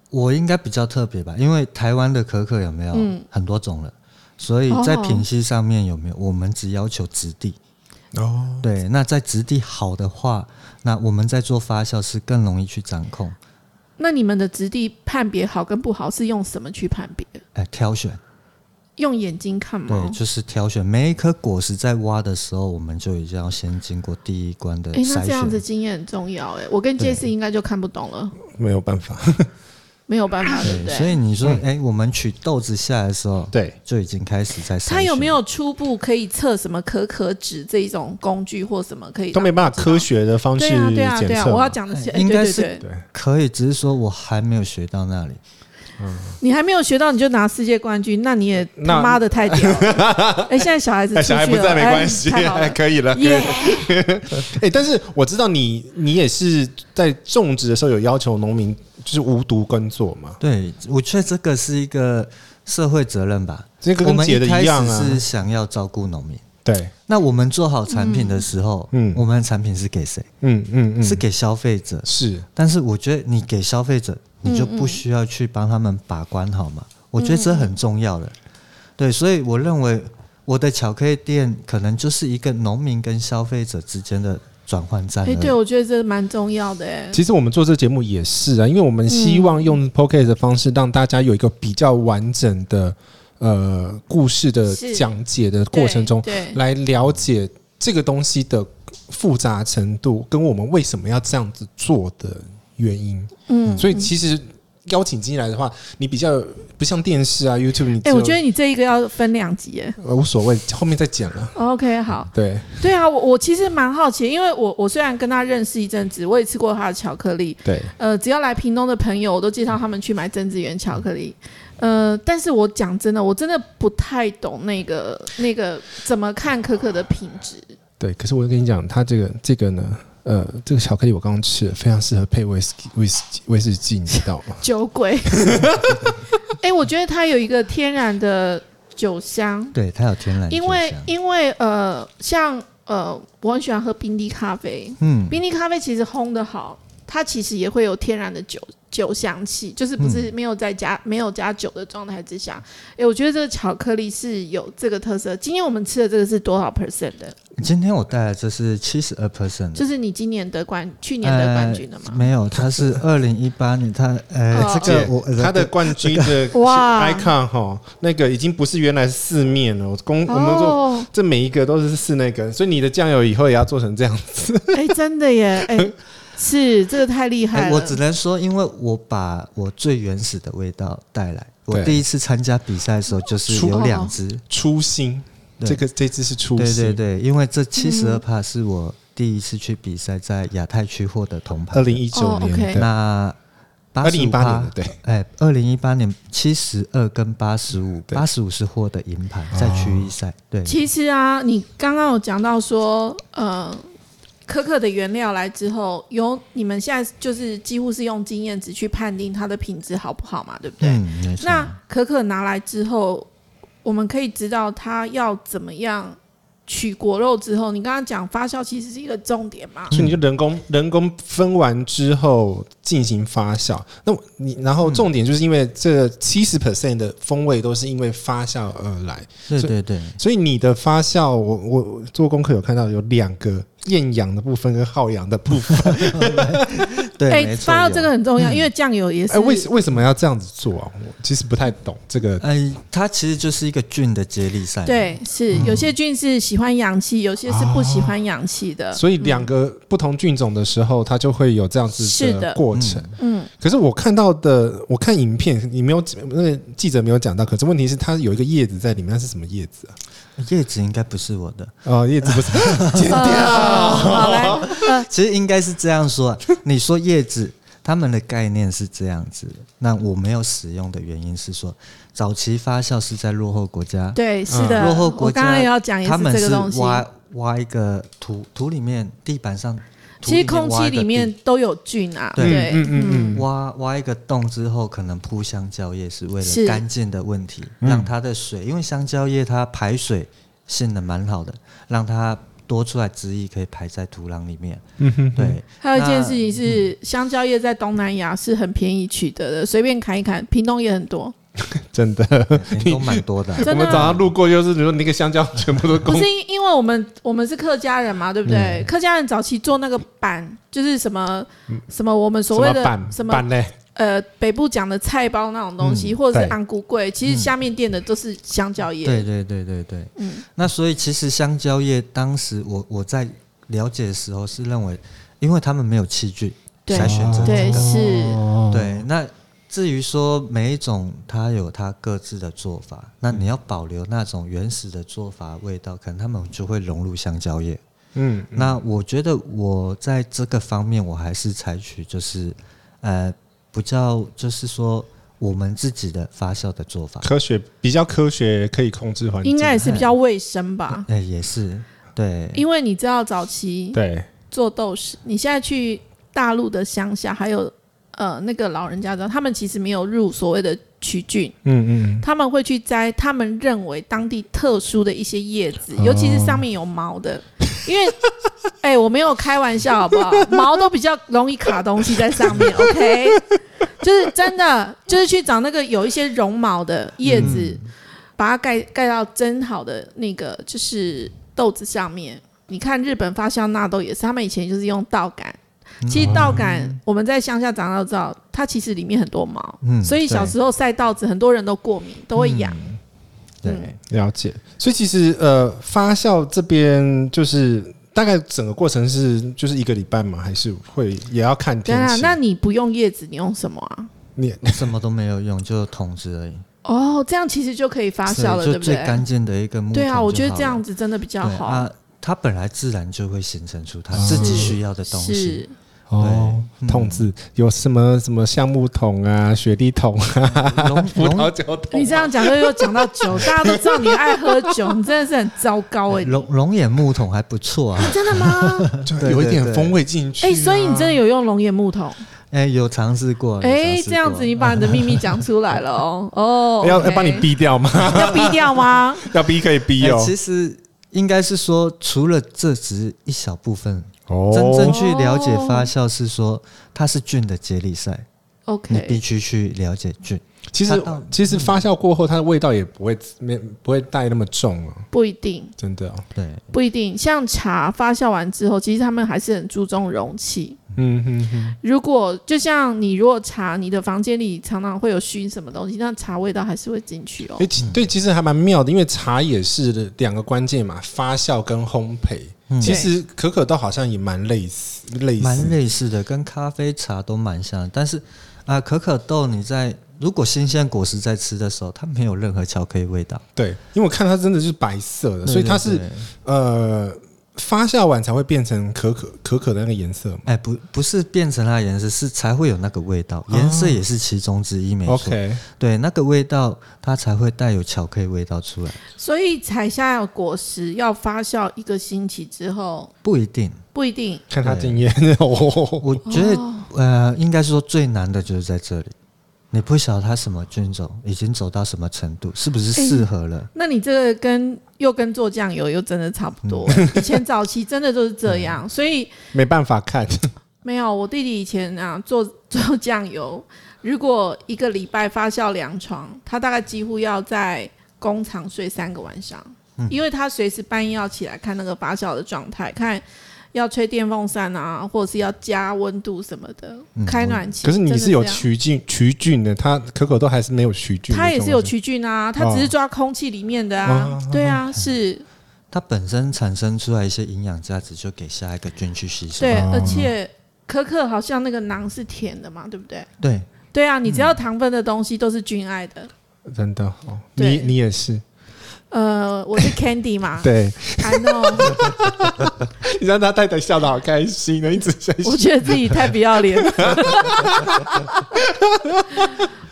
C: 我应该比较特别吧，因为台湾的可可有没有
A: 嗯
C: 很多种了，所以在
A: 哦
C: 品系上面有没有，我们只要求质地。
B: 哦，
C: 对，那在质地好的话，那我们在做发酵是更容易去掌控，
A: 那你们的质地判别好跟不好是用什么去判别？
C: 呃，挑选。
A: 用眼睛看
C: 对，
A: 吗？
C: 嗯就是挑选每一颗果实在挖的时候，我们就已经要先经过第一关的
A: 诶，
C: 筛
A: 那这样子
C: 选。
A: 经验很重要诶，我跟
C: 对
A: J C 应该就看不懂了，
B: 没有办法，
A: 没有办法，对不
C: 对，所
A: 对？
C: 以你说，哎、我们取豆子下来的时候，
B: 对，
C: 就已经开始在筛选。
A: 它有没？有初步可以测什么可可脂这一种工具或什么可以
B: 都没办法科
A: 学？
B: 学的方式
A: 对啊，对啊，
B: 检
A: 对啊！
B: 测
A: 我要
B: 嘛。
A: 讲的是，
C: 哎
A: 诶
C: 应
A: 对
C: 该
A: 对
C: 是
A: 对
B: 对，
C: 可以，只是说我还没有学到那里。
A: 你还没有学到你就拿世界冠军，那你也他妈的太屌了！ 哎、现在小孩子出
B: 嗯哎，
A: 去
B: 小孩不
A: 了
B: 在没
A: 哎
B: 关系，
A: 太好
B: 哎，
A: 了。
B: 可以了。
A: 耶、
B: 哎，但是我知道你，你也是在种植的时候有要求农民就是无毒耕作嘛，
C: 对，我觉得这个是一个社会责任吧。
B: 这个
C: 我
B: 跟
C: 们
B: 姐的
C: 一开
B: 一样
C: 始
B: 啊。
C: 是想要照顾农民。
B: 对，
C: 那我们做好产品的时候，
B: 嗯嗯，
C: 嗯我们的产品是给谁？
B: 嗯嗯嗯，
C: 是给消费者。
B: 是
C: 但是我觉得你给消费者，你就不需要去帮他们把关好
B: 嗯
C: 吗？我觉得这很重要的。对，所以我认为我的巧克力店可能就是一个农民跟消费者之间的转换站
A: 哎、
C: 而已。
A: 对，我觉得这蛮重要的、哎，
B: 其实我们做这节目也是啊，因为我们希望用
A: 嗯
B: p o c k e t 的方式，让大家有一个比较完整的呃故事的
A: 是
B: 讲解的过程中，
A: 对，
B: 来了解这个东西的复杂程度，跟我们为什么要这样子做的原因。
A: 嗯，
B: 所以其实邀请进来的话，你比较不像电视啊、YouTube，你只
A: 哎、
B: 有
A: 我觉得你这一个要分两集，哎
B: 呃无所谓，后面再剪了。
A: ，OK，好，
B: 对，
A: 对啊，我我其实蛮好奇，因为我我虽然跟他认识一阵子，我也吃过他的巧克力，
B: 对，
A: 呃，只要来屏东的朋友，我都介绍他们去买曾子园巧克力。呃，但是我讲真的，我真的不太懂那个那个怎么看可可的品质。
B: 对。可是我跟你讲，它这个这个呢，呃，这个巧克力我刚刚吃了，非常适合配威士忌、威士忌、威士忌，你知道 吗？
A: 酒 鬼。哎、我觉得它有一个天然的酒香，
C: 对，它有天然
A: 因
C: 酒
A: 为
C: 香
A: 因为呃，像呃，我很喜欢喝冰滴咖啡，
C: 嗯，
A: 冰滴咖啡其实烘的好，它其实也会有天然的酒酒香气，就是不是没有在加、
C: 嗯
A: 没有加酒的状态之下。哎、我觉得这个巧克力是有这个特色。今天我们吃的这个是多少 percent 的？
C: 今天我带来这是七十二 percent
A: 就是你今年得冠，去年得冠军的吗？
C: 呃没有，它是二零一八年，它呃
A: 哦，
C: 这个我呃
B: 它的冠军的
A: 哇
B: icon 哈，那个已经不是原来四面了。我公我们做
A: 哦，
B: 这每一个都是四那个，所以你的酱油以后也要做成这样子。
A: 哎、真的耶，哎、 是这个太厉害
C: 哎
A: 了。
C: 我只能说，因为我把我最原始的味道带来。我
B: 对
C: 第一次参加比赛的时候，就是
B: 出
C: 有两只，
B: 初心，
C: 对
B: 这个这只是初
C: 对
B: 心。
C: 对对，因为
A: 嗯
C: 这七十二帕是我第一次去比赛，在亚太区获得铜牌。
B: 二零一九
A: 哦
B: 年
A: ，OK
B: 的，
C: 那八
B: 二
C: 十
B: 零一
C: 五
B: 八年的，对。
C: 哎，二零一八年七十二跟八十五，
B: 对哦
C: 八十五是获得银牌，在区域赛。对，
A: 其实啊，你刚刚有讲到说，呃，可可的原料来之后，由你们现在就是几乎是用经验值去判定它的品质好不好嘛，对不对？
C: 嗯，没错。
A: 那可可拿来之后，我们可以知道它要怎么样取果肉之后，你刚刚讲发酵其实是一个重点嘛？
B: 所以你就人工人工分完之后进行发酵。那我你然
A: 嗯
B: 后重点就是因为这七十 percent 的风味都是因为发酵而来，
C: 对对对，
B: 所以你的发酵，我我我做功课有看到有两个厌氧的部分跟好氧的 部分。
C: 对，
A: 哎、
C: 没错。
A: 发酵这
C: 有
A: 个很重要，因为酱油也是。
B: 哎，为什为什么要这样子做啊？我其实不太懂这个。
C: 哎，它其实就是一个菌的接力赛。，
A: 对，是
B: 嗯
A: 有些菌是喜欢氧气，有些是不喜欢氧气的。
B: 啊所以两个不同菌种的时候，它就会有这样子
A: 是的
B: 过程。
A: 嗯，
B: 可是我看到的，我看影片，你没有那个记者没有讲到，可是问题是它有一个叶子在里面，那是什么叶子啊？
C: 叶子应该不是我的，
B: 哦，叶子不是剪掉，
A: 呃好来，呃，
C: 其实应该是这样说啊。 你说叶子，他们的概念是这样子的。那我没有使用的原因是说，早期发酵是在落后国家，
A: 对，是的。
C: 嗯落后
A: 我
C: 国家
A: 刚刚也要讲也
C: 他们
A: 这个
C: 是
A: 东西。
C: 挖挖一个土土里面地板上，土
A: 其实
C: 里面
A: 空
C: 挖
A: 气
C: 一个
A: 里面
C: 地
A: 都有菌啊，
C: 对
A: 对，
B: 嗯嗯嗯
C: 挖挖一个洞之后，可能铺香蕉叶是为
A: 是
C: 了干净的问题，让它的水，因为香蕉叶它排水性能蛮好的，让它多出来汁液可以排在土壤里面。
B: 嗯哼，
C: 对，
A: 还有一件
C: 那
A: 事情是，香蕉叶在东南亚是很便宜取得的，随便砍一砍，屏东也很多。
B: 真的。
C: 都蛮 多的啊、
B: 我
A: 真的
B: 们早上路过，就是你说那个香蕉全部都
A: 不
B: 公
A: 是因因为我们我们是客家人嘛，对不
C: 嗯
A: 对？客家人早期做那个板，就是什么什么我们所谓
B: 什么
A: 的
B: 板
A: 什么
B: 板嘞，
A: 呃北部讲的菜包那种东西，
B: 嗯
A: 或者是
B: 对
A: 安菇桂，其实下面垫的都是香蕉叶。
C: 嗯对对对对对，
A: 嗯
C: 那所以其实香蕉叶当时我我在了解的时候是认为，因为他们没有器具
A: 对
C: 才选择
A: 对
C: 这个。
A: 是
B: 哦
C: 对，那至于说每一种它有它各自的做法，那你要保留那种原始的做法味道，可能他们就会融入香蕉叶。
B: 嗯，
C: 那我觉得我在这个方面，我还是采取就是呃比较就是说我们自己的发酵的做 法，
B: 科学比较科学，可以控制环境，
A: 应该也是比较卫生吧。
C: 哎、也是对，
A: 因为你知道早期
B: 对，
A: 做豆豉，你现在去大陆的乡下，还有呃那个老人家的，他们其实没有入所谓的曲菌，
B: 嗯嗯
A: 他们会去摘他们认为当地特殊的一些叶子，尤其是上面有毛的，因为哎、我没有开玩笑，好不好？毛都比较容易卡东西在上面，OK？就是真的，就是去找那个有一些绒毛的叶子，把它盖盖到蒸好的那个就是豆子上面。你看日本发酵纳豆也是，他们以前就是用稻杆。
C: 嗯
A: 其实稻杆我们在乡下长大都知道，它其实里面很多毛，
C: 嗯
A: 所以小
C: 对
A: 时候晒稻子，很多人都过敏，都会痒。
C: 对。
A: 嗯
B: 了解。所以其实呃，发酵这边就是大概整个过程是就是一个礼拜嘛，还是会也要看
A: 对
B: 天
A: 啊，
B: 气。
A: 那你不用叶子，你用什么啊？
B: 你
C: 什么都没有用，就桶子而已，
A: 哦，这样其实就可以发
C: 是
A: 酵了，对
C: 就
A: 不
C: 最
A: 对？
C: 干净的一个木桶
A: 对啊，我觉
C: 就
A: 得
C: 好
A: 这
C: 了
A: 样子真的比较
C: 对
A: 好。
C: 啊，它本来自然就会形成出它
B: 嗯
C: 自己需要的东西。
A: 是，
B: 哦，
C: 嗯
B: 桶子有什么什么橡木桶啊、雪地桶啊、
C: 龙
B: 葡萄
C: 龙
B: 酒桶啊，
A: 你这样讲就又讲到酒，大家都知道你爱喝酒，你真的是很糟糕哎、
C: 龙龙眼木桶还不错啊，
A: 真的吗？
B: 就
C: 对
B: 有一点
C: 对对
B: 风味进去啊。
A: 哎、所以你真的有用龙眼木桶？
C: 哎，有尝试过。有
A: 哎、
C: 尝试
A: 这样
C: 过
A: 子你把你的秘密讲出来了哦。哦，
B: 要
A: OK
B: 要帮你逼掉吗？
A: 要逼掉吗？
B: 要逼可以逼
C: 哎
B: 哦。
C: 其实应该是说，除了这只是一小部分，
B: 哦，
C: 真正去了解
A: 哦
C: 发酵是说，它是菌的接力赛，你必
A: OK，
C: 须去了解菌。
B: 其
C: 它
B: 实
C: 到
B: 其实发酵过后，它的味道也不会没不会带那么重啊，
A: 不一定，
B: 真的、哦。
C: 对，
A: 不一定。像茶发酵完之后，其实他们还是很注重容器。
B: 嗯哼哼，
A: 如果就像你如果茶，你的房间里常常会有熏什么东西，那茶味道还是会进去哦
B: 哎、。其对，其实还蛮妙的，因为茶也是两个关键嘛，发酵跟烘焙。
C: 嗯
B: 其实可可豆好像也蛮类似，类似，
C: 蛮类似的，跟咖啡、茶都蛮像的。但是啊、可可豆你在如果新鲜果实在吃的时候，它没有任何巧克力味道，
B: 对，因为我看它真的是白色的，所以它是
C: 对对对
B: 呃发酵完才会变成可可可可的那个颜色嘛。
C: 哎、不不是变成它的颜色，是才会有那个味道，颜色也是其中之一，没错。
B: 哦 OK，
C: 对，那个味道它才会带有巧克力味道出来，
A: 所以采下的果实要发酵一个星期之后，
C: 不一定。
A: 不一定
B: 看它经验 哦，
C: 我觉得、呃，应该是说最难的就是在这里，你
B: 哎
C: 不晓得它什么菌种已经走到什么程度，是不是适合了。
A: 那你这个跟又跟做酱油又真的差不多。以前早期真的都是这样，所以
B: 没办法看，
A: 没有我弟弟以前啊做 做酱油，如果一个礼拜发酵两床，他大概几乎要在工厂睡三个晚上，因为他随时半夜要起来看那个发酵的状态，看。要吹电风扇啊，或者是要加温度什么的，开暖气。
B: 可是你
A: 真的
B: 是有
A: 这样
B: 曲菌曲菌的，他可可都还是没有曲菌的状况
A: 它
B: 下，
A: 也是有曲菌啊，它只是抓空气里面的啊，对啊，是，
C: 它本身产生出来一些营养价值，就给下一个菌去吸收。
A: 对，而且可可好像那个馕是甜的嘛，对不对？
C: 对，
A: 对啊，你只要糖分的东西都是菌爱的。
B: 真的哦，你
A: 对
B: 你也是，
A: 呃，我是 Candy 嘛
B: 对，
A: ，I know，
B: 你让他太太笑得好开心的，一直在
A: 我觉得自己太不要脸 了。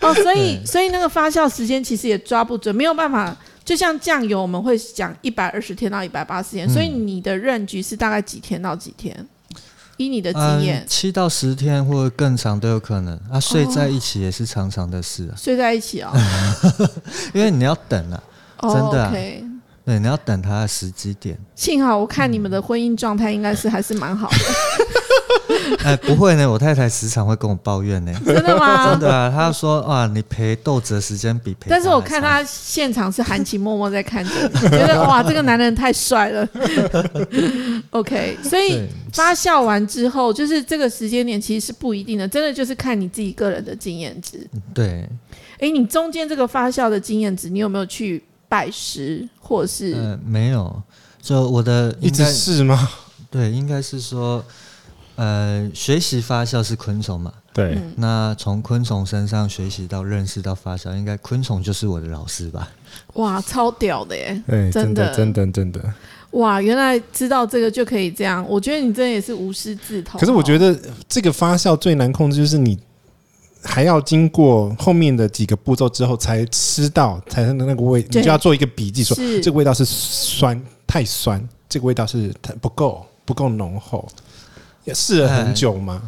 A: 哦，所以所以那个发酵时间其实也抓不准，没有办法。就像酱油，我们会讲一百二十天到一百八十
C: 嗯
A: 天，所以你的任局是大概几天到几天？以你的经验
C: 嗯，，七到十天或者更长都有可能。啊，睡
B: 哦
C: 在一起也是常常的事啊，
A: 睡在一起哦。
C: 因为你要等啊，
A: 哦
C: 真的啊
A: OK，
C: 对，你要等它的时机点。
A: 幸好我看你们的婚姻状态应该是还是蛮好的，
C: 哎，不会呢，我太太时常会跟我抱怨呢。
A: 真的吗？
C: 真的啊，她说哇，你陪豆子的时间比陪……
A: 但是我看，他现场是含情脉脉在看着你，觉得哇，这个男人太帅了。OK，所以
B: 对
A: 发酵完之后，就是这个时间点其实是不一定的，真的就是看你自己个人的经验值。
B: 嗯
C: 对，
A: 诶，你中间这个发酵的经验值，你有没有去拜师，或是、
B: 嗯
C: 呃，没有，就我的
B: 一
C: 应
B: 直
C: 该
B: 是吗？
C: 对，应该是说，呃，学习发酵是昆虫嘛，
B: 对，
A: 嗯
C: 那从昆虫身上学习到认识到发酵，应该昆虫就是我的老师吧？
A: 哇，超屌的耶！
B: 对，
A: 真
B: 真
A: 的
B: 的，真的，真的。
A: 哇，原来知道这个就可以这样，我觉得你真的也是无师自通哦。
B: 可是我觉得这个发酵最难控制，就是你还要经过后面的几个步骤之后才吃到，才能那个味，你
A: 对
B: 就要做一个笔记说，
A: 是
B: 这个味道是酸，太酸；这个味道是太不够，不够浓厚。也试了很久吗？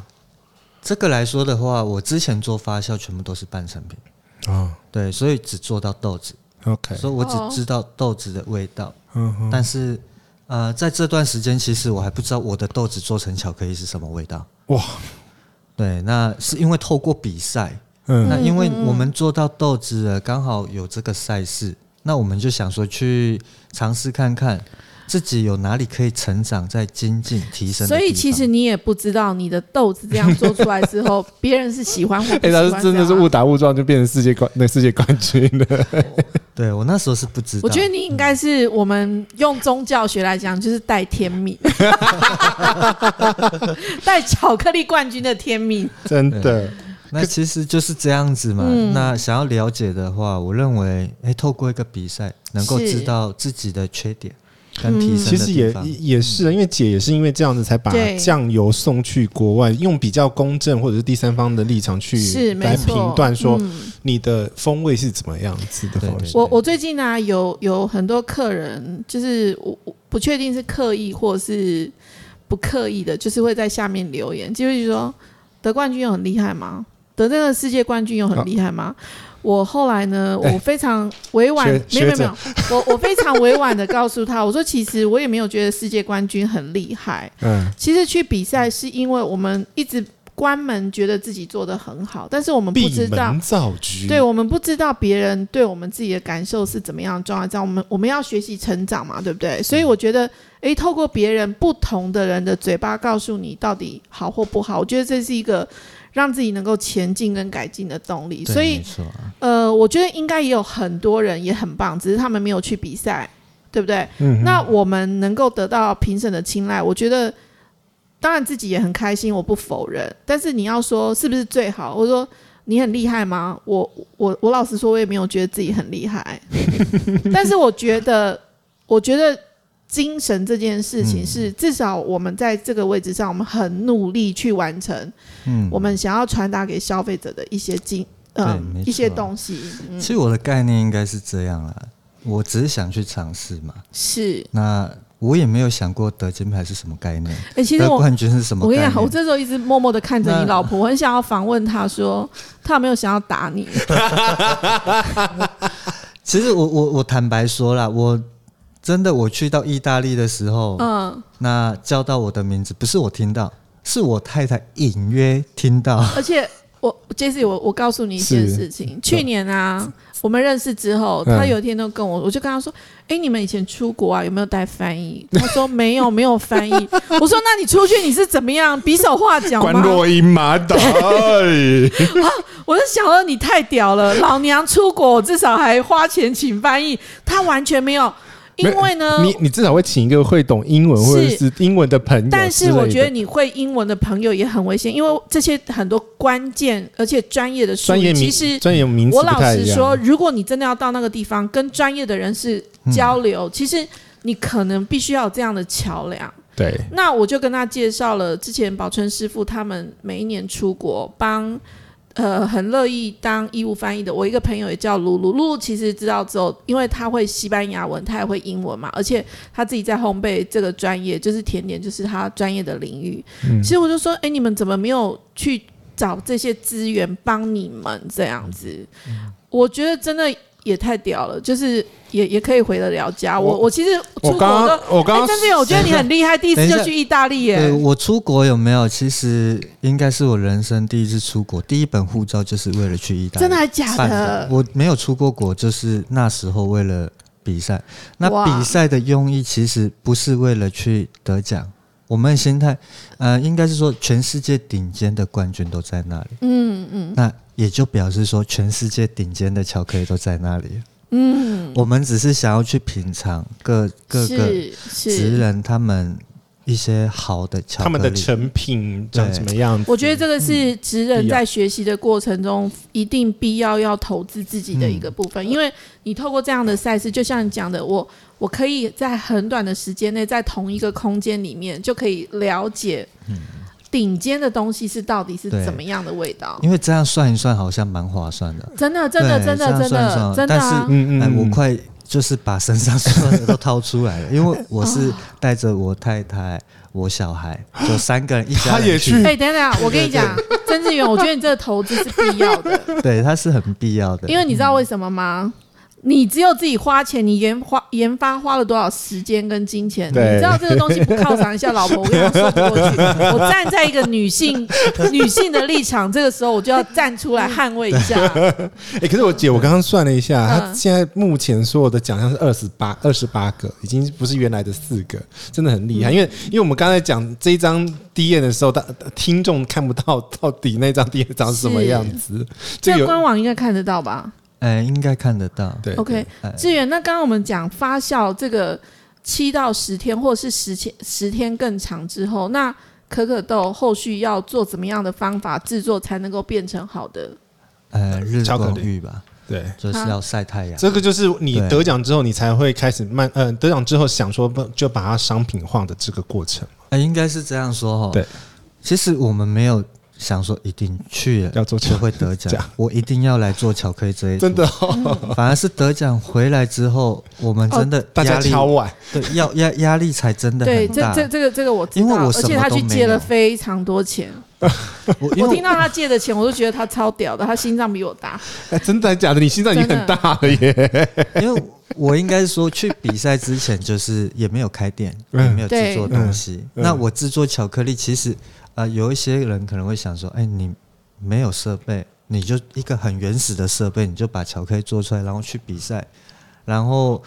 C: 这个来说的话，我之前做发酵全部都是半成品，
B: 啊、
C: 对，所以只做到豆子，
B: o k
C: 所以我
A: 哦
C: 只知道豆子的味道，
B: 嗯哼，
C: 但是呃，在这段时间，其实我还不知道我的豆子做成巧克力是什么味道。
B: 哇，
C: 对，那是因为透过比赛，
B: 嗯
C: 那因为我们做到豆子了，刚好有这个赛事，那我们就想说去尝试看看自己有哪里可以成长、在精进、提升的
A: 所
C: 地方。
A: 以其实你也不知道你的豆子这样做出来之 后，别人是喜欢或不
B: 哎、
A: 喜
B: 他
A: 欢、啊
B: 是真的是误。打误撞就变成世界冠那世界冠军了。
C: 对我那时候是不知道，
A: 我觉得你应该是我们用宗教学来讲，就是带天 命，带巧克力冠军的天命。
B: 真的，
C: 那其实就是这样子嘛。
A: 嗯
C: 那想要了解的话，我认为，哎、透过一个比赛，能够
A: 是嗯
C: 知道自己的缺点跟提升
B: 其
C: 的
B: 实
C: 地
B: 也
C: 方。
B: 也是啊，因为姐也是因为这样子才把
A: 对
B: 酱油送去国外，用比较公正或者是第三方的立场去
A: 是没
B: 来
A: 错
B: 评断说
A: 嗯
B: 你的风味是怎么样子的
C: 对
B: 方
C: 对
B: 式。
A: 我我最近呢、啊有有很多客人，就是我我不确定是刻意或是不刻意的，就是会在下面留言，就是说得冠军有很厉害吗？得这个世界冠军有很厉害吗？我后来呢，
B: 哎
A: 我非常委婉，
B: 学
A: 没有没有
B: 学
A: 没有
B: 者，
A: 我我非常委婉的告诉他，我说其实我也没有觉得世界冠军很厉害，
B: 嗯，
A: 其实去比赛是因为我们一直关门觉得自己做的很好，但是我们不
B: 闭
A: 知道
B: 门。造车，
A: 对，我们不知道别人对我们自己的感受是怎么样的状态，这样我们我们要学习成长嘛，对不对？所以我觉得，诶，透过别人不同的人的嘴巴告诉你到底好或不好，我觉得这是一个让自己能够前进跟改进的动力。
C: 对
A: 所以
C: 没错啊、
A: 呃，我觉得应该也有很多人也很棒，只是他们没有去比赛，对不对？
B: 嗯
A: 那我们能够得到评审的青睐，我觉得当然自己也很开心，我不否认。但是你要说是不是最好，我说你很厉害吗？我我我老实说，我也没有觉得自己很厉害， 但是我觉得，我觉得。精神这件事
C: 嗯
A: 情是，至少我们在这个位置上，我们很努力去完成，
C: 嗯
A: 我们想要传达给消费者的一些经，
C: 对
A: 嗯
C: 没，错
A: 一些东西，嗯，
C: 其实我的概念应该是这样啦，我只是想去尝试嘛。
A: 是，
C: 那我也没有想过得金牌是什么概念，
A: 哎、其实
C: 得
A: 我。
C: 冠军是什么
A: 我跟
C: 概
A: 你
C: 念
A: 讲，？我这时候一直默默的看着你
C: 那
A: 老婆，我很想要访问她说，她有没有想要打你？
C: 其实我我我坦白说啦，我真的，我去到意大利的时候，
A: 嗯，
C: 那叫到我的名字，不是我听到，是我太太隐约听到。
A: 而且我 Jesse，我我告诉你一件
B: 是
A: 事情，去年啊，我们认识之后，他
B: 嗯
A: 有一天都跟我，我就跟他说，哎、你们以前出国啊，有没有带翻译？他说没有，没有翻译。 我说那你出去你是怎么样，比手画脚
B: 关
A: 吗？
B: 若英马达，
A: 我就想说你太屌了，老娘出国我至少还花钱请翻译，他完全没有，因为呢。
B: 你你至少会请一个会懂英文
A: 是
B: 或者是英文的朋友之类的，
A: 但是我觉得你会英文的朋友也很危险，因为这些很多关键而且专业的术
B: 专业
A: 语，
B: 名
A: 其实
B: 专业名词
A: 我
B: 不
A: 老
B: 太
A: 实
B: 一样
A: 说，，如果你真的要到那个地方跟专业的人士
B: 嗯
A: 交流，其实你可能必须要有这样的桥梁。
B: 对，
A: 那我就跟他介绍了之前宝春师傅他们每一年出国帮。呃，很乐意当义务翻译的。我一个朋友也叫露露，露露其实知道之后，因为她会西班牙文，她也会英文嘛，而且她自己在烘焙这个专业，就是甜点，就是她专业的领域。
B: 嗯
A: 其实我就说，哎、你们怎么没有去找这些资源帮你们这样子？
B: 嗯
A: 我觉得真的也太屌了，就是也也可以回得了家。我
B: 我
A: 我其实出
B: 我
A: 国
B: 刚
A: 都
B: 刚我刚
A: 哎，
B: 刚
A: 真的，我觉得你很厉害，第一次就去意大利
C: 对，
A: 耶。
C: 我出国有没有？其实应该是我人生第一次出国，第一本护照就是为了去意大利。
A: 真的还假
C: 办
A: 的？
C: 的我没有出过国，就是那时候为了比赛。那
A: 哇
C: 比赛的用意其实不是为了去得奖，我们的心态，呃，应该是说全世界顶尖的冠军都在那里，
A: 嗯嗯
C: 那也就表示说全世界顶尖的巧克力都在那里。
A: 嗯，
C: 我们只是想要去品尝各各个
A: 是
C: 职
A: 是，
C: 人他们一些好的巧克力，
B: 他们的成品长
C: 对
B: 什么样子？
A: 我觉得这个
C: 嗯
A: 是职人
B: 必要
A: 在学习的过程中一定必要要投资自己的一个部
C: 嗯
A: 分，因为你透过这样的赛事，就像你讲的，我我可以在很短的时间内，在同一个空间里面就可以了解
C: 嗯
A: 顶尖的东西是到底是
C: 对
A: 怎么样的味道。
C: 因为这样算一算，好像蛮划算的。
A: 真的，真的，
C: 对
A: 真
C: 这
A: 的，
C: 样
A: 真
C: 算一算
A: 的，真的
C: 但是
A: 啊！
B: 嗯嗯
C: 哎，
B: 嗯，
C: 我快就是把身上所有的都掏出来了，因为我
A: 哦
C: 是带着我太太、我小孩，就三个人一家
B: 他也
C: 人
B: 去
C: 去，
A: 哎、等等，我跟你 讲，曾志远，我觉得你这个投资是必要的，
C: 对，它是很必要的。
A: 因为你知道为什么吗？你只有自己花钱，你研花研发花了多少时间跟金钱？你
B: 对
A: 知道这个东西不犒赏一下老婆，我跟你说不过 去。我站在一个女性 女性的立场，这个时候我就要站出来捍卫一 下。
B: 哎、可是我姐，我刚刚算了一下，
A: 嗯
B: 她现在目前所有的奖项是二十八，二十八个，已经不是原来的四个，真的很厉
A: 嗯
B: 害。因为因为我们刚才讲这一张 D 页的时候，大听众看不到到底那张 D 页长什么样子，
A: 这
B: 就
A: 个
B: 有
A: 官网应该看得到吧
C: 哎，应该看得到。
B: 对
A: OK，
C: 哎
A: 志远，那刚刚我们讲发酵这个七到十天，或者是十天十天更长之后，那可可豆后续要做怎么样的方法制作才能够变成好的？
C: 呃，日
B: 巧克
C: 光
B: 力
C: 浴吧，
B: 对。
C: 就是
A: 啊
C: 要晒太阳。
B: 这个就是你
C: 对
B: 得奖之后，你才会开始慢，嗯、得奖之后想说不就把它商品化的这个过程，
C: 哎，应该是这样说哈。
B: 对，
C: 其实我们没有想说一定去了
B: 要做
C: 就
B: 巧
C: 会得奖
B: 奖，
C: 我一定要来做巧克力这一
B: 真的、哦
C: 组，反而是得奖回来之后，我们真的
B: 大
C: 压
B: 家
C: 力
B: 敲碗，
C: 对要压压力才真的
A: 对，
C: 很
A: 这
C: 大。
A: 这这个这个我知道，
C: 因为我
A: 而
C: 什么
A: 且他
C: 都
A: 去
C: 没
A: 借了
C: 有
A: 非常多钱，
C: 我因
A: 我
C: 为
A: 听到他借的钱，我都觉得他超屌的，他心脏比我大。
B: 哎真的还假的？你心脏已经很
A: 真的
B: 大了耶！
C: 因为我应该说，去比赛之前就是也没有开店，
B: 嗯
C: 也没有制作东西。
B: 嗯嗯
C: 那我制作巧克力，其实呃，有一些人可能会想说，哎、你没有设备，你就一个很原始的设备，你就把巧克力做出来，然后去比赛，然后。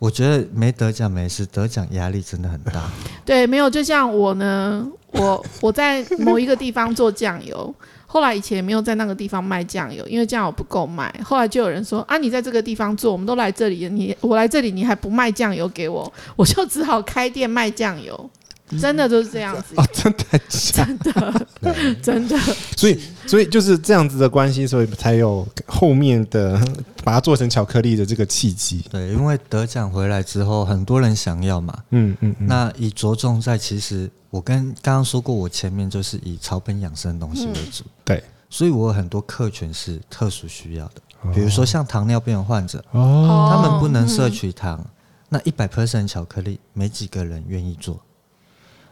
C: 我觉得没得奖没事，得奖压力真的很 大。
A: 对，没有，就像我呢，我我在某一个地方做酱油，后来以前也没有在那个地方卖酱油，因为酱油不够卖。后来就有人说啊，你在这个地方做，我们都来这里，你我来这里你还不卖酱油给我，我就只好开店卖酱油。
C: 嗯
A: 真的就是这样子，
C: 啊
B: 哦，真的还假的？
A: 真的， 真的，
B: 所以，所以就是这样子的关系，所以才有后面的把它做成巧克力的这个契机。
C: 对，因为得奖回来之后，很多人想要嘛。
B: 嗯嗯嗯，
C: 那以着重在，其实我跟刚刚说过，我前面就是以草本养生东西为主。
B: 对，
C: 所以我有很多客群是特殊需要的，比如说像糖尿病的患者，
B: 哦，
A: 哦
C: 他们不能摄取糖，那一百 percent 巧克力没几个人愿意做。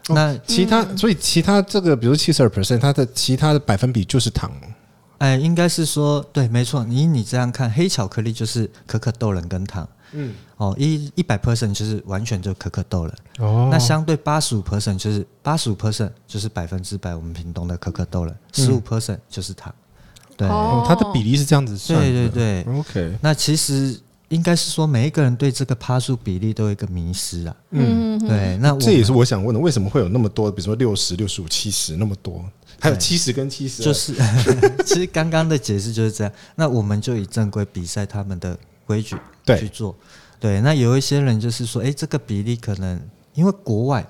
C: 那
B: 其他，
C: 嗯
B: 所以其他这个，比如七十二 percent，它的其他的百分比就是糖。
C: 哎，应该是说对，没错，你你这样看，黑巧克力就是可可豆仁跟糖，
B: 嗯，
C: 哦，一一百 percent 就是完全就可可豆了。
B: 哦
C: 那相对八十五 percent 就是八十五 percent 就是百分之百我们屏东的可可豆了，十五 percent 就是糖。对，
A: 哦
B: 哦，它的比例是这样子算
C: 对对
B: 的。
C: 对。
B: OK，
C: 那其实应该是说每一个人对这个趴数比例都有一个迷失啊。
A: 嗯，
C: 对，那我
B: 这也是
C: 们
B: 我想问的，为什么会有那么多？比如说六十、六十五、七十那么多，还有七十跟七十，
C: 就是 其实刚刚的解释就是这样。那我们就以正规比赛他们的规矩
B: 对
C: 去做。对，那有一些人就是说，诶，这个比例可能因为国外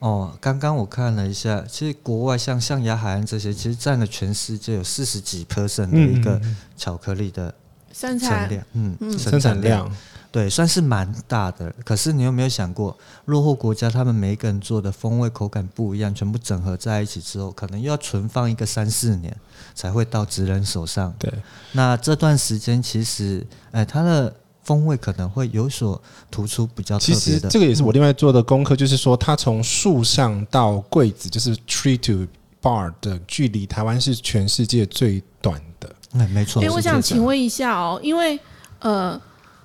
C: 哦，刚刚我看了一下，其实国外像象牙海岸这些，其实占了全世界有四十几 percent 的一
B: 嗯
C: 个巧克力的
A: 生
C: 产
A: 产
C: 量，嗯，
B: 生产量，
C: 对，算是蛮大的。可是你有没有想过，落后国家他们每一个人做的风味口感不一样，全部整合在一起之后，可能又要存放一个三四年才会到职人手上。
B: 对，
C: 那这段时间其实，哎，它的风味可能会有所突出，比较特
B: 其
C: 别
B: 实
C: 的。
B: 这个也是
A: 嗯
B: 我另外做的功课，就是说，它从树上到柜子，就是 tree to bar 的距离，台湾是全世界最短的。
C: 哎，没错
A: 哎、，我
B: 是
A: 想
B: 这
A: 请
B: 样
A: 问一下哦，因为呃，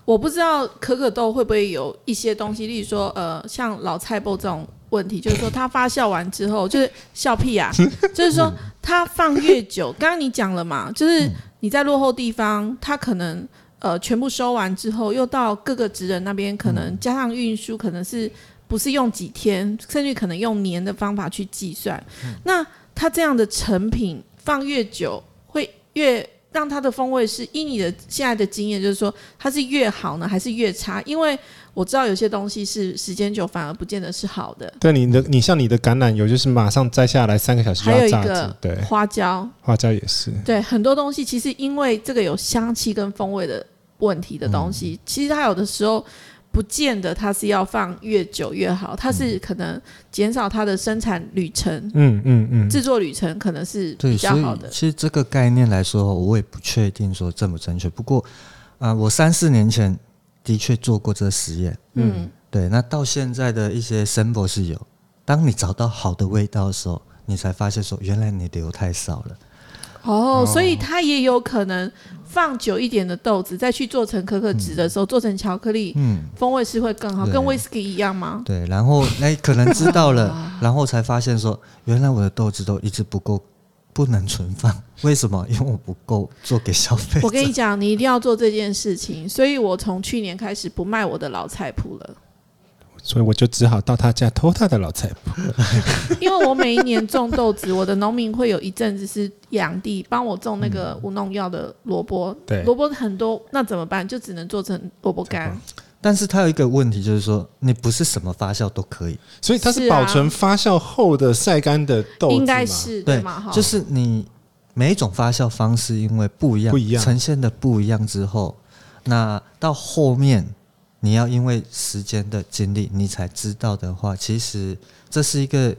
A: 我不知道可可豆会不会有一些东西，例如说呃，像老菜包这种问题，就是说它发酵完之后，就是笑屁 啊，就是说
B: 嗯
A: 它放越久，刚刚你讲了嘛，就是你在落后地方，它可能。呃，全部收完之后，又到各个职人那边，可
B: 嗯
A: 能加上运输，可能是不是用几天，甚至可能用年的方法去计算。
B: 嗯
A: 那它这样的成品放越久，会越让它的风味是依你的现在的经验，就是说它是越好呢，还是越差？因为我知道有些东西是时间久反而不见得是好的。
B: 对，你的你像你的橄榄油，就是马上摘下来三个小时就
A: 还有
B: 要
A: 一
B: 榨
A: 个
B: 汁，对，
A: 花椒，
B: 花椒也是。
A: 对很多东西其实因为这个有香气跟风味的问题的东西，其实它有的时候不见得它是要放越久越好，它是可能减少它的生产旅程、
B: 嗯嗯嗯，
A: 制作旅程，可能是比
C: 对，
A: 较
C: 所以
A: 好的。
C: 其实这个概念来说，我也不确定说正不正确。不过，啊、我三四年前的确做过这个实验。
A: 嗯，
C: 对，那到现在的一些 sample 是有，当你找到好的味道的时候，你才发现说，原来你留太少了。
A: 哦，所以它也有可能放久一点的豆子，再去做成可可脂的时候，做成巧克力，
C: 嗯，
A: 风味是会更好，
C: 对
A: 跟 whisky 一样吗？
C: 对，然后哎、可能知道
A: 啊
C: 了，然后才发现说，原来我的豆子都一直不够，不能存 放。为什么？因为我不够做给消费者。
A: 我跟你讲，你一定要做这件事情，所以我从去年开始不卖我的老菜谱了，
B: 所以我就只好到他家偷他的老菜 谱。
A: 因为我每一年种豆子，我的农民会有一阵子是养地，帮我种那个无农药的萝卜，
B: 嗯对
A: 萝卜很多，那怎么办？就只能做成萝卜干，
C: 但是它有一个问题，就是说你不是什么发酵都可以，
B: 所以它是
A: 是啊
B: 保存发酵后的晒干的豆子吗
A: 应该是
C: 对
A: 吗？哈，
C: 就是你每一种发酵方式因为不一样，
B: 不一样
C: 呈现的不一样之后，那到后面你要因为时间的经历，你才知道的话，其实这是一个